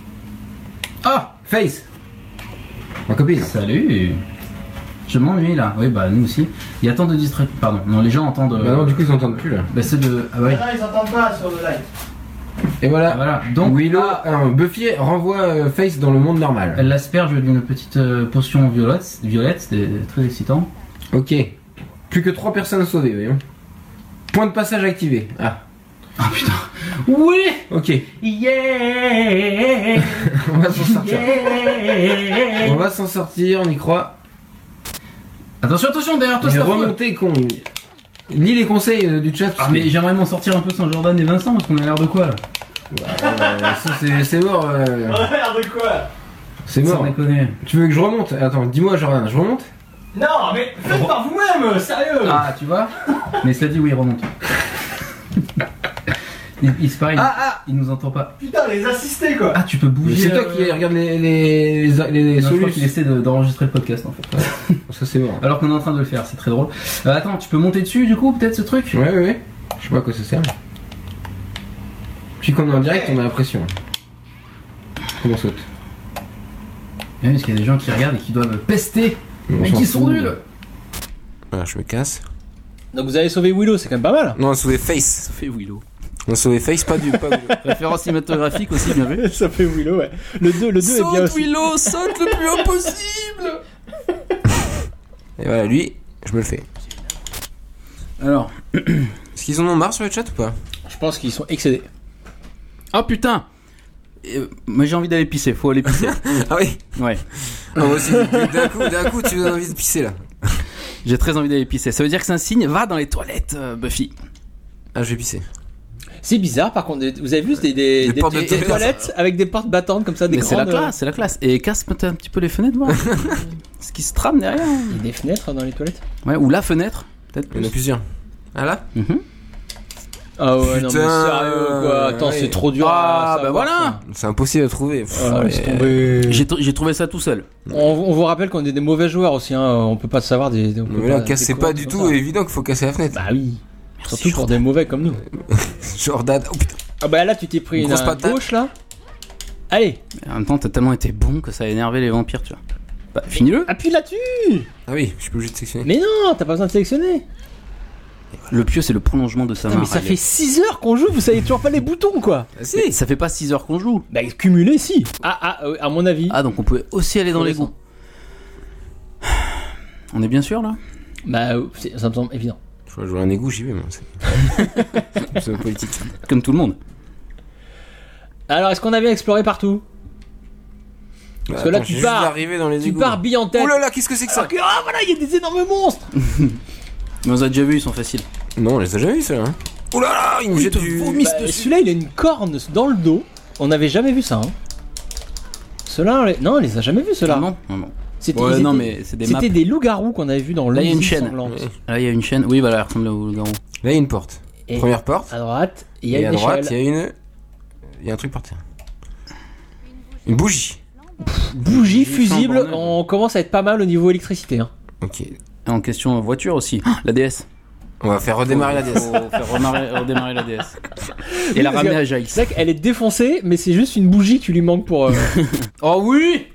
Ah, Face. Ma copine.
Salut Je m'ennuie là. Oui, bah nous aussi. Il y a tant de distractions. Pardon, non, les gens entendent.
Bah
euh,
non, du coup, ils entendent plus, là.
bah, c'est de. Ah bah oui.
Et
Ah,
voilà.
voilà, donc
Willow,
ah,
euh, Buffy renvoie euh, Face dans le monde normal.
elle l'asperge d'une petite euh, potion violette. Violette, c'était très excitant.
Ok. Plus que 3 personnes à sauver, voyons. Point de passage activé. Ah,
Ah putain Oui
ok.
Yeah
On va s'en sortir.
Yeah
On va s'en sortir, on y croit.
Attention, attention, derrière toi,
Et
c'est affreux.
remontez, con. Lis les conseils euh, du chat.
Ah mais j'aimerais m'en sortir un peu sans Jordan et Vincent parce qu'on a l'air de quoi là
Euh, ça, c'est- c'est mort. euh,
de quoi
C'est
Sans
mort.
déconner.
Tu veux que je remonte Attends, dis-moi, Jordan, je remonte
Non, mais faites par vous-même, sérieux.
Ah tu vois Mais cela dit oui il remonte. il, il se pareil,
Ah,
il nous entend pas.
Putain, les assister quoi.
Ah tu peux
ah
bouger.
C'est toi
euh,
qui regarde les, les, les,
non, je
les
crois
solus.
qu'il essaie de- d'enregistrer le podcast en fait.
Ça, c'est mort.
Alors qu'on est en train de le faire, c'est très drôle. Euh, attends, tu peux monter dessus du coup peut-être ce truc
Ouais, ouais, ouais. Je sais pas à quoi ça sert. Puis quand on est en direct, on a l'impression. Comment on saute
Oui parce qu'il y a des gens qui regardent et qui doivent pester
On
et
s'en
qui sont
fout.
nuls
Voilà, Ah, je me casse.
Donc vous avez sauvé Willow, c'est quand même pas mal.
Non, on a sauvé Face.
Ça fait Willow.
On a sauvé Face, pas du. Pas du-
Référence cinématographique aussi, bien vu.
Ça fait Willow, ouais. Le 2 le deux est bien aussi.
Willow, saute le plus haut possible
Et voilà, lui, je me le fais.
Alors.
Est-ce qu'ils en ont marre sur le chat ou pas
Je pense qu'ils sont excédés.
Oh putain Euh, Moi j'ai envie d'aller pisser, faut aller pisser.
Ah oui
Ouais.
Non, moi aussi, d'un coup, d'un coup, tu as envie de pisser là.
J'ai très envie d'aller pisser. Ça veut dire que c'est un signe, va dans les toilettes, euh, Buffy.
Ah, je vais pisser.
C'est bizarre par contre. Vous avez vu c'est des, des,
Des portes de
des- des
toilettes.
toilettes avec des portes battantes comme ça, des
Mais c'est la
grandes. euh,
classe, c'est la classe. Et casse peut-être un petit peu les fenêtres, voir. Ce qui se trame derrière.
Il y a des fenêtres dans les toilettes.
Ouais, ou la fenêtre, peut-être
Il y en a
plus.
plusieurs. Ah là
Mhm.
Ah ouais, non mais
Putain,
sérieux quoi. Attends,
ouais.
c'est trop dur.
Ah,
à
bah
savoir,
voilà.
C'est impossible à trouver. Pff,
quoi. Ah,
mais-
laisse tomber.
J'ai tr- j'ai trouvé ça tout seul.
On, on vous rappelle qu'on est des mauvais joueurs aussi, hein. on peut pas savoir des. on peut
Mais là,
pas-
casse- c'est
des
pas
coups
du
comme
tout
ça.
évident qu'il faut casser la fenêtre.
Bah oui, surtout pour
Jordan.
des mauvais comme nous.
Jordan, oh putain.
Ah bah là, tu t'es pris
Une
une,
grosse
à
patate.
gauche là. Allez,
En même temps, t'as tellement été bon que ça a énervé les vampires, tu vois. Bah, finis-le.
appuie là-dessus
Ah oui, je suis pas obligé de sectionner.
Mais non, t'as pas besoin de sélectionner
Le pieu, c'est le prolongement de sa
Non
main.
mais ça
Allez.
fait 6 heures qu'on joue, vous savez toujours pas les boutons quoi
Ah,
Mais
si
ça fait pas 6 heures qu'on joue.
Bah cumulé si Ah ah, euh, à mon avis.
Ah, donc on peut aussi aller dans
Faut
les
descendre.
gonds. On est bien sûr là
Bah euh, c'est- ça me semble évident.
Je vais jouer à un égout, j'y vais, moi. C'est c'est ma politique.
Comme tout le monde.
Alors est-ce qu'on a bien exploré partout
Parce
que là, tu pars.
arrivé dans les
Tu
égouts.
pars bille en tête
Oh là là, qu'est-ce que c'est que ça
Alors que- Ah voilà, il y a des énormes monstres
Mais on les a déjà vu, ils sont faciles.
Non, on les a jamais vus, ceux-là. hein. Oh là là, il me jette du...
Bah, Celui-là, il a une corne dans le dos. On n'avait jamais vu ça. Hein. Ceux-là, on les- non, on les a jamais vus ceux-là.
Non, non, non.
C'était
Ouais,
ils
non,
étaient-
mais c'est des maps.
c'était des loups-garous qu'on avait vu dans
Là, il y a une
l'île
chaîne.
sanglante.
Là, il y a une chaîne. Oui, voilà, elle ressemble au garou.
Là, il y a une porte.
Et
Première porte.
à droite, il y
Et
a
à
une
droite, il
échelle.
y a une... Il y a un truc par terre. Une bougie.
Bougie,
Une
fusible,
chambre en or.
on commence à être pas mal au niveau électricité. hein.
Ok.
En question voiture aussi. Ah, la DS.
On va faire redémarrer la DS.
Faut faire remarrer- redémarrer la DS. Et la
parce
ramener
que-
à Jax.
C'est vrai qu'elle est défoncée, mais c'est juste une bougie qui lui manque pour. euh,
Oh oui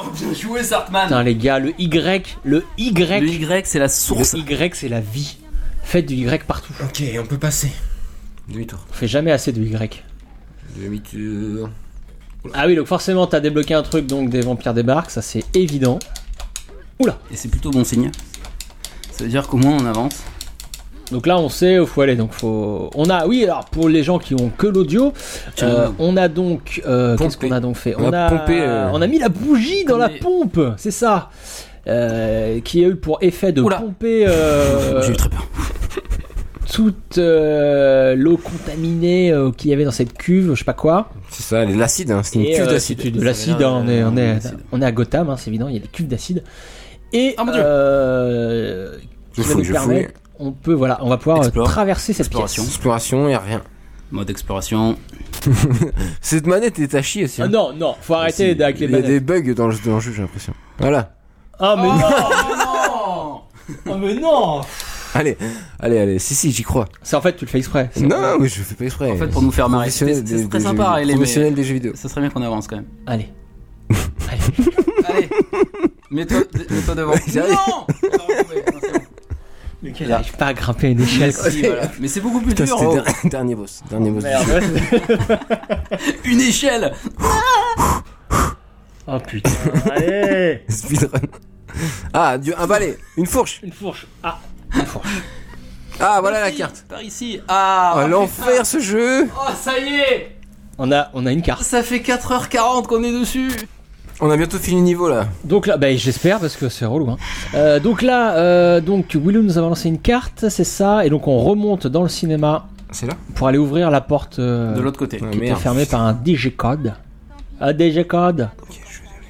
Oh bien joué Sartman
Putain, les gars, le Y, le Y,
Le
le
Y c'est la source.
Y, c'est la vie. Faites du Y partout.
Ok, on peut passer. Demi-tour.
On fait jamais assez de Y.
Demi-tour.
Ah oui, donc forcément, t'as débloqué un truc, donc des vampires débarquent, ça c'est évident.
Et c'est plutôt bon signe. Ça veut dire qu'au moins on avance.
Donc là, on sait où faut aller. Donc faut, on a, oui, alors pour les gens qui ont que l'audio, euh, on a donc, euh,
Pompé.
qu'est-ce qu'on a donc fait
On a pompé, euh,
on a mis la bougie dans
comme
la
les-
pompe, c'est ça, Euh, qui a eu pour effet de
Oula.
pomper euh,
J'ai eu très peur.
toute euh, l'eau contaminée euh, qu'il y avait dans cette cuve, je sais pas quoi.
C'est ça, elle est l'acide, hein. c'est une
Et,
cuve
euh,
d'acide.
c'est de l'acide, hein, on, est, on, est,
L'acide.
on est à Gotham, hein, c'est Oh, évident, il y a des cuves d'acide. Et
Ah, mon Dieu.
euh,
Je
qui va
fouille,
nous
je fouille.
permettre- on peut, voilà, on va pouvoir euh,
Explore.
traverser cette
Exploration.
pièce.
Exploration, y a rien.
Mode exploration.
Cette manette est à chier aussi.
Ah
hein.
non, non, faut arrêter
si,
avec les
Il y a
manettes.
des bugs dans le, dans le jeu, j'ai l'impression. Voilà.
Ah mais non,
non
ah, mais non
Allez, allez, allez. Si, si, j'y crois.
C'est en fait, tu le fais exprès. C'est-
Non, non, mais je fais pas exprès.
En fait, pour nous faire marrer.
Professionnel
C'était-
Ah, des-
C'est très
des
sympa, hein,
jeux vidéo.
elle est, mais
Professionnel des jeux vidéo.
ça serait bien qu'on avance quand même.
Allez.
Allez, mets-toi mets-toi devant.
j'arrive.
Non Ah, Non, ouais, non, c'est bon.
Le gars, il arrive pas à grimper à une échelle. quoi.
Si, voilà. Mais c'est beaucoup plus
Putain,
dur.
c'était
oh.
der- dernier boss. Dernier boss. du
Merde.
jeu.
Une échelle
Oh putain. Allez
Speedrun. Ah, du, un balai, une fourche.
Une fourche. Ah.
Ah, voilà la
Ici,
carte.
Par ici. Ah,
Ah,
oh,
l'enfer ce jeu.
putain. Oh, ça y est
On a, on a une carte.
Ça fait 4h40 qu'on est dessus
On a bientôt fini le niveau là.
Donc là, bah, j'espère parce que c'est relou. Hein. Euh, donc là, euh, donc Willou nous a lancé une carte, c'est ça, et donc on remonte dans le cinéma
C'est là
pour aller ouvrir la porte euh,
De l'autre côté.
Ouais,
qui était
merde.
fermée par un DG code. Un DG code.
Ok, je vais aller,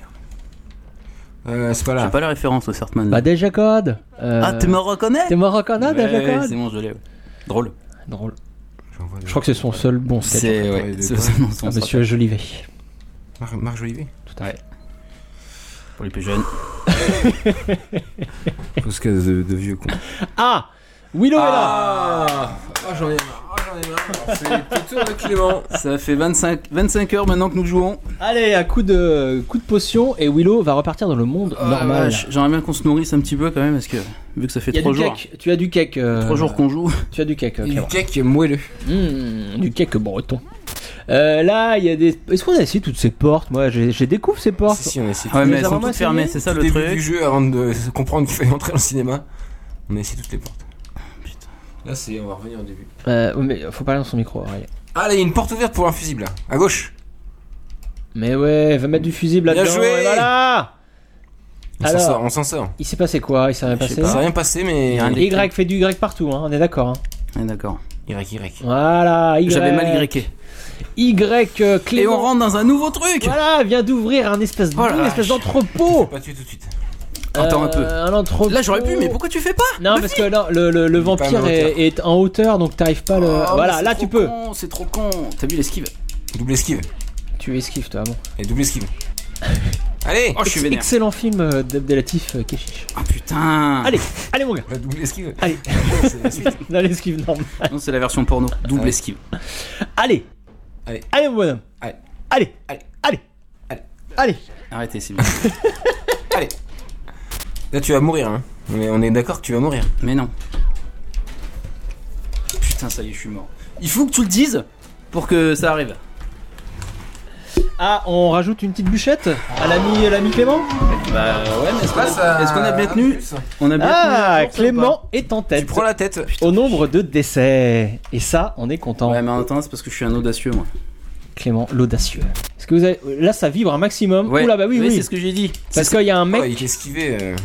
merde. Euh, c'est pas là.
J'ai pas la référence au Sartman.
Bah DG code. Euh,
ah, tu me reconnais
T'es marocain,
Ouais,
DG
ouais,
code.
C'est bon, je l'ai. ouais. Drôle.
Drôle.
J'envoie des-
Je crois que c'est son seul bon set.
C'est
Ouais,
ouais,
de
c'est
quoi
vraiment son
Ah, Monsieur Jolivet.
Mar- Marc Jolivet.
Tout à fait.
strat- pour les plus jeunes.
Parce que de, de vieux con.
Ah Willow
Ah, j'en ai marre. j'en ai marre. C'est plutôt de Clément.
Ça fait 25 25 heures maintenant que nous jouons.
est là Allez, un coup de, coup de potion et Willow va repartir dans le monde
Ah,
normal.
vache, J'aimerais bien qu'on se nourrisse un petit peu quand même parce que vu que ça fait
Il y a
3
du
jours.
cake, tu as du cake. euh,
3 jours qu'on joue.
Tu as du cake, euh,
Il
Clément.
est cake moelleux.
Mmh, du cake breton. Euh, là, il y a des. Est-ce qu'on a essayé toutes ces portes Moi, j'ai j'ai découvre ces portes.
Si, si, on essaie.
Ah ouais,
les
mais elles
avons
sont toutes
essayé
fermées, c'est ça
Tout
le
début du
truc.
jeu avant de comprendre qu'il fallait entrer dans le cinéma. On a essayé toutes les portes.
Putain.
Là, c'est. On va revenir au début.
Euh, mais faut parler dans son micro. Aurélien.
Ah, là, il y a une porte ouverte pour un fusible là. À gauche.
Mais ouais, va mettre du fusible
Bien
là-dedans.
joué
et Voilà.
On s'en
Alors.
sort, on s'en sort.
Il s'est passé quoi Il s'est rien
Je sais
passé.
Ça s'est rien passé, mais.
Rien.
Y fait du Y partout, hein, on est d'accord. hein.
Ah, D'accord.
Y, Y.
Voilà, Y.
J'avais mal Y.
Y, euh,
Et on
Clément.
rentre dans un nouveau truc.
Voilà, vient d'ouvrir un espèce
Oh la
d'entrepôt. une espèce
vache.
d'entrepôt.
Pas tuer tout de suite.
Attends un peu.
Euh, un entrepôt.
Là j'aurais pu, mais pourquoi tu fais pas
Non, parce que non, le, le- le
pas
vampire
ma hauteur.
est, est en hauteur, donc t'arrives pas Ah, le.
Oh, mais
voilà,
c'est
là
trop
tu peux.
con, C'est trop con. T'as vu l'esquive
Double esquive.
Tu esquives toi, bon.
Et double esquive. Allez
Oh, je suis vénère.
Excellent film euh, d'Abdelatif euh, Kechiche.
Ah putain
Allez, allez mon gars,
La Bah, double esquive.
allez.
C'est la suite.
Dans l'esquive normale.
Non, c'est la version porno. Double
Ah oui.
esquive.
Allez.
Allez.
Allez mon bonhomme.
Allez.
Allez.
Allez.
Allez.
Allez.
Allez.
Arrêtez, c'est bien.
Allez Là, tu vas mourir, hein. On est, on est d'accord que tu vas mourir.
mais non. Putain, ça y est, je suis mort. Il faut que tu le dises pour que ça arrive.
Ah, on rajoute une petite bûchette à l'ami euh, l'ami Clément.
Bah ouais,
Ah,
mais est-ce qu'on a, est-ce qu'on a bien tenu On a bien
Ah,
tenu le jour, ça, ou
Clément est en
Tu
tête
prends la tête.
au nombre de décès. Et ça, on est content.
pas Ouais, mais en attendant, c'est parce que je suis un audacieux, moi.
Clément, l'audacieux. Est-ce que vous avez... Là, ça vibre un maximum.
Ouais.
Oula, bah oui,
Mais
oui. Bah-
C'est ce que j'ai dit.
Parce qu'il y a un
Oh,
mec.
il esquivé. euh,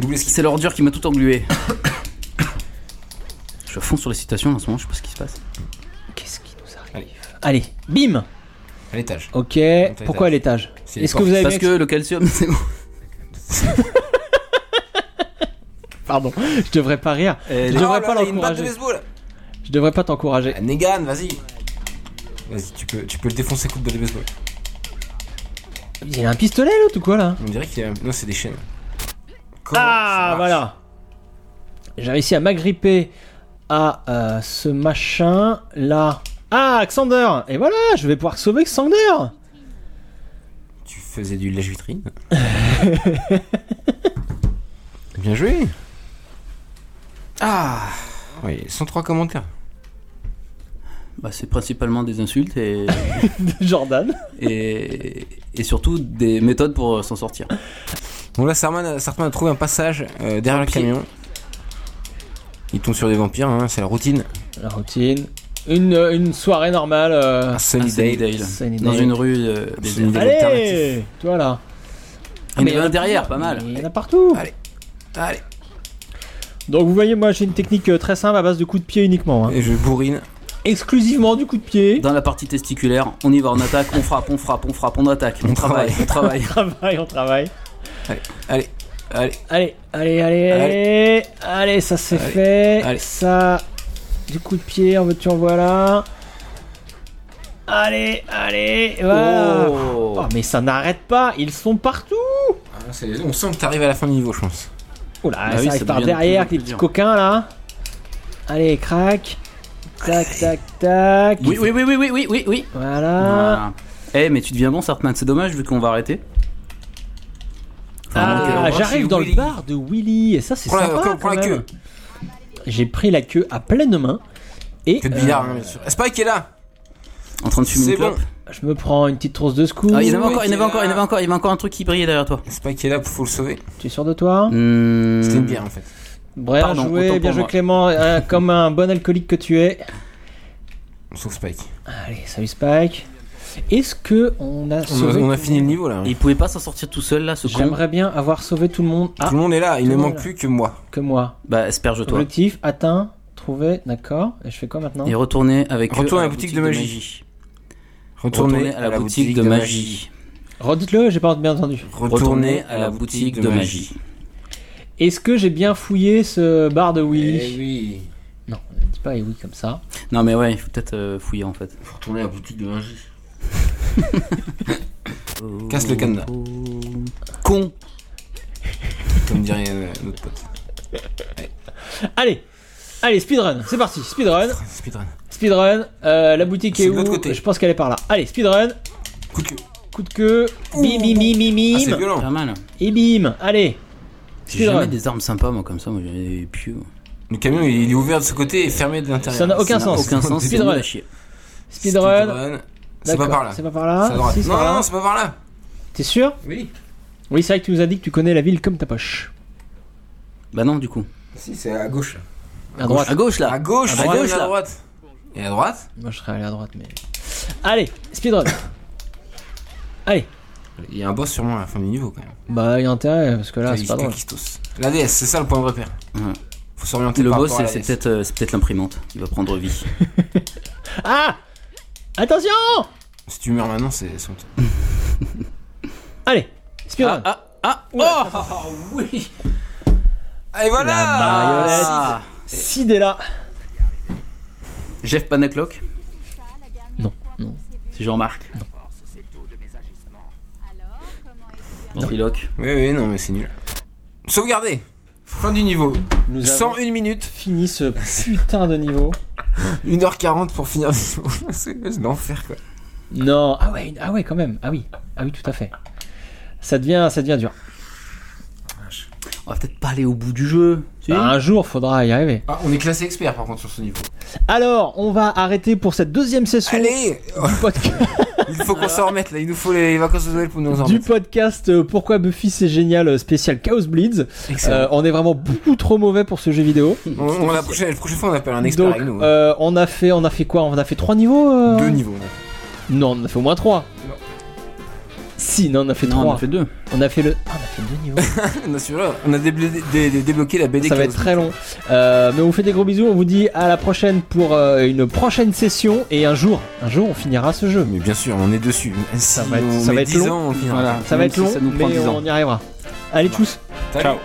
Double esquive.
C'est l'ordure qui m'a tout englué. je suis à fond sur les citations en ce moment, je sais pas ce qui se passe.
Qu'est-ce qui nous arrive
Allez.
Allez, bim
À l'étage.
Ok, pourquoi à l'étage
C'est les
Est-ce que vous avez
Parce que
bien-
le calcium, c'est bon.
Pardon, je devrais pas rire.
Eh,
Je devrais
là,
Euh, pas
là, il y a une batte
l'encourager.
de baseball.
Je devrais pas t'encourager.
Ah, Negan, vas-y. Vas-y, tu peux, tu peux le défoncer coup de batte de baseball.
Il a un pistolet l'autre ou quoi là
On dirait qu'il y a. Non, c'est des chaînes. Comment ça
Ah
marche
voilà J'ai réussi à m'agripper à euh, ce machin là. Ah, Xander Et voilà, je vais pouvoir sauver Xander
Tu faisais du lèche vitrine. Bien joué. Ah. Oui, 103 commentaires.
Bah, c'est principalement des insultes et,
Jordan.
et, et surtout des méthodes pour euh, s'en sortir.
Donc là, Sartman a, Sartman a trouvé un passage euh, derrière le
Vampire.
camion. Il tombe sur des vampires, hein, c'est la routine.
La routine. Une, euh, une soirée normale. euh,
Un sunny
À
day.
Sunnydale.
Sunnydale.
Dans Ah, une rue euh, des
Sunnydale.
Allez
alternative.
Toi là.
Il y en
Mais
avait
il y en a
un derrière, pas mal.
Il y en a partout.
Allez. Allez.
Donc vous voyez, moi j'ai une technique euh, très simple à base de coups de pied uniquement. hein.
Et je bourrine.
Exclusivement du coup de pied.
Euh. Dans la partie testiculaire, on y va, on attaque, on frappe, on frappe, on frappe, on attaque, on,
On
travaille, on travaille.
On travaille, on travaille.
Allez. Allez.
Allez, allez, allez, allez. Allez, ça c'est
Allez,
fait.
allez.
Ça. Du coup de pied, en veux-tu, en voilà. Allez, allez, voilà.
Oh.
Oh, mais ça n'arrête pas, ils sont partout.
Ah, c'est- On sent que t'arrives à la fin du niveau, je pense.
Oh là,
Ah
ça
oui, ça
arrive par
devient de plus en
derrière, avec
plus
les petits
dur.
coquins là. Allez, crac. Tac, tac, tac.
Oui, oui, oui, oui, oui, oui, oui, oui.
Voilà.
Voilà. Eh, mais tu deviens bon, Sartman, c'est dommage vu qu'on va arrêter.
Ah,
euh,
Ok, on va
j'arrive
chez
dans
Willy.
le bar de Willy et ça c'est
Prends la,
sympa.
prends-
quand
prends la
même.
queue.
J'ai pris la queue à pleine main et
Queue de
euh,
billard, hein, bien sûr. Spike est là.
En train de fumer
C'est
une clope.
bon.
euh, je me prends une petite trousse de scoop.
Ah, il y en avait
Ouh,
encore, il y en avait
il est
encore, il y en avait
là.
encore, il y avait encore un truc qui brillait derrière toi.
Spike est là, faut le sauver.
Tu es sûr de toi
Hmm.
C'était une bière en fait.
Bien
Pardon, autant
joué,
pour
bien joué
moi.
Clément, euh, comme un bon alcoolique que tu es.
On sauve Spike.
Allez, salut Spike. Est-ce que on a
On a,
sauvé
on a fini le niveau là.
Et il pouvait pas s'en sortir tout seul là, ce con.
J'aimerais bien avoir sauvé tout le monde. Ah,
Tout le monde est là, il
tout
ne
le monde
manque
est là.
plus que moi.
que moi.
Bah, asperge-toi.
Objectif atteint, trouvé, d'accord. Et je fais quoi maintenant
Et retourner avec eux
Retourne à la boutique de magie.
Retourner à la boutique de magie.
Redites-le, j'ai pas bien entendu.
Retourner à la boutique de magie.
Est-ce que j'ai bien fouillé ce bar de Willy
Eh oui.
Non, ne dis pas et oui comme ça.
Non, mais ouais, il faut peut-être euh, fouiller en fait.
Retourner à la boutique de magie. Casse le cadenas.
Con
Comme dirait euh, notre pote.
Allez, allez, speedrun, c'est parti, speedrun,
Speedrun.
speedrun. Euh, la boutique est,
C'est de
où
l'autre côté.
Je pense qu'elle est par là. Allez, speedrun,
Coup de queue.
coup de queue,
Ouh.
bim, bim, bim, bim,
Ah,
bim,
c'est violent.
Pas mal. hein.
et bim. Allez,
J'ai
Speedrun.
jamais des armes sympas, moi, comme ça. Moi, j'ai des pieux.
Le camion il il est ouvert de ce côté et fermé de l'intérieur.
Ça n'a aucun
Ça n'a
sens.
Aucun sens, c'est
Speedrun.
nul à chier.
speedrun.
C'est pas
D'accord,
par là.
C'est
C'est
pas
à
par là.
droite.
Si, c'est
non,
par
non,
là.
non, c'est pas par là.
T'es sûr
Oui.
Oui, c'est vrai que tu nous as dit que tu connais la ville comme ta poche.
Bah non, du coup.
Si, c'est à gauche.
À droite.
À gauche, là.
À gauche,
À
à
gauche,
gauche, à
là.
droite. Et à droite
Moi, je serais allé à droite, mais. Allez, speedrun. allez.
Il y a un boss sûrement à la fin du niveau quand même.
Bah, il y a intérêt parce que là,
Ah,
c'est pas drôle. Mmh.
La DS, c'est ça le point de repère.
Ouais.
Faut s'orienter
Le
par
boss,
rapport à
c'est
la
c'est
DS.
peut-être euh, c'est peut-être l'imprimante. Il va prendre vie.
Ah Attention
Si tu meurs maintenant, c'est son tour.
Allez, speedrun.
Ah, ah, ah Oh oui
Et voilà
Ah
Sid est là.
Jeff Panaclock
Non, non.
C'est Jean-Marc. Ventriloque.
Oui, oui, non, mais c'est nul. Sauvegarder Fin du niveau.
Nous avons
101 minutes.
fini ce putain de niveau.
1h40 pour finir le niveau. c'est c'est l'enfer quoi.
Non, ah ouais, ah ouais, quand même. Ah oui, ah oui, tout à fait. Ça devient, ça devient dur.
On va peut-être pas aller au bout du jeu. Si
Bah, un jour, faudra y arriver.
Ah, on est classé expert par contre sur ce niveau.
Alors, on va arrêter pour cette deuxième session
Allez
du podcast.
Il faut qu'on s'en remette là, il nous faut les vacances de Noël pour nous en
du
remettre.
podcast euh, Pourquoi Buffy c'est génial euh, spécial Chaos Bleeds.
Excellent.
Euh, on est vraiment beaucoup trop mauvais pour ce jeu vidéo.
on, on- la, prochaine, la prochaine fois on appelle un expert
Donc,
avec nous. hein.
euh, on a fait, on a fait quoi On a fait trois niveaux. euh
Deux niveaux. là.
Non, on en a fait au moins trois.
Non.
Si, non, on a fait
Non,
trois.
on a fait deux.
On a fait le. Ah, on a fait deux niveaux.
on a, celui-là, on a débla- dé- dé- débloqué la BD
Ça va
Chaos
être très long. Euh, mais on vous fait des gros bisous. On vous dit à la prochaine pour euh, une prochaine session et un jour, un jour, on finira ce jeu.
Mais bien sûr, on est dessus. Si
va être-
on
ça va
met
être
10
long.
ans, on finira.
Voilà.
Ça va
Même
être
si
long,
ça nous prend
mais
10 ans.
on y arrivera. Allez tous.
Ciao.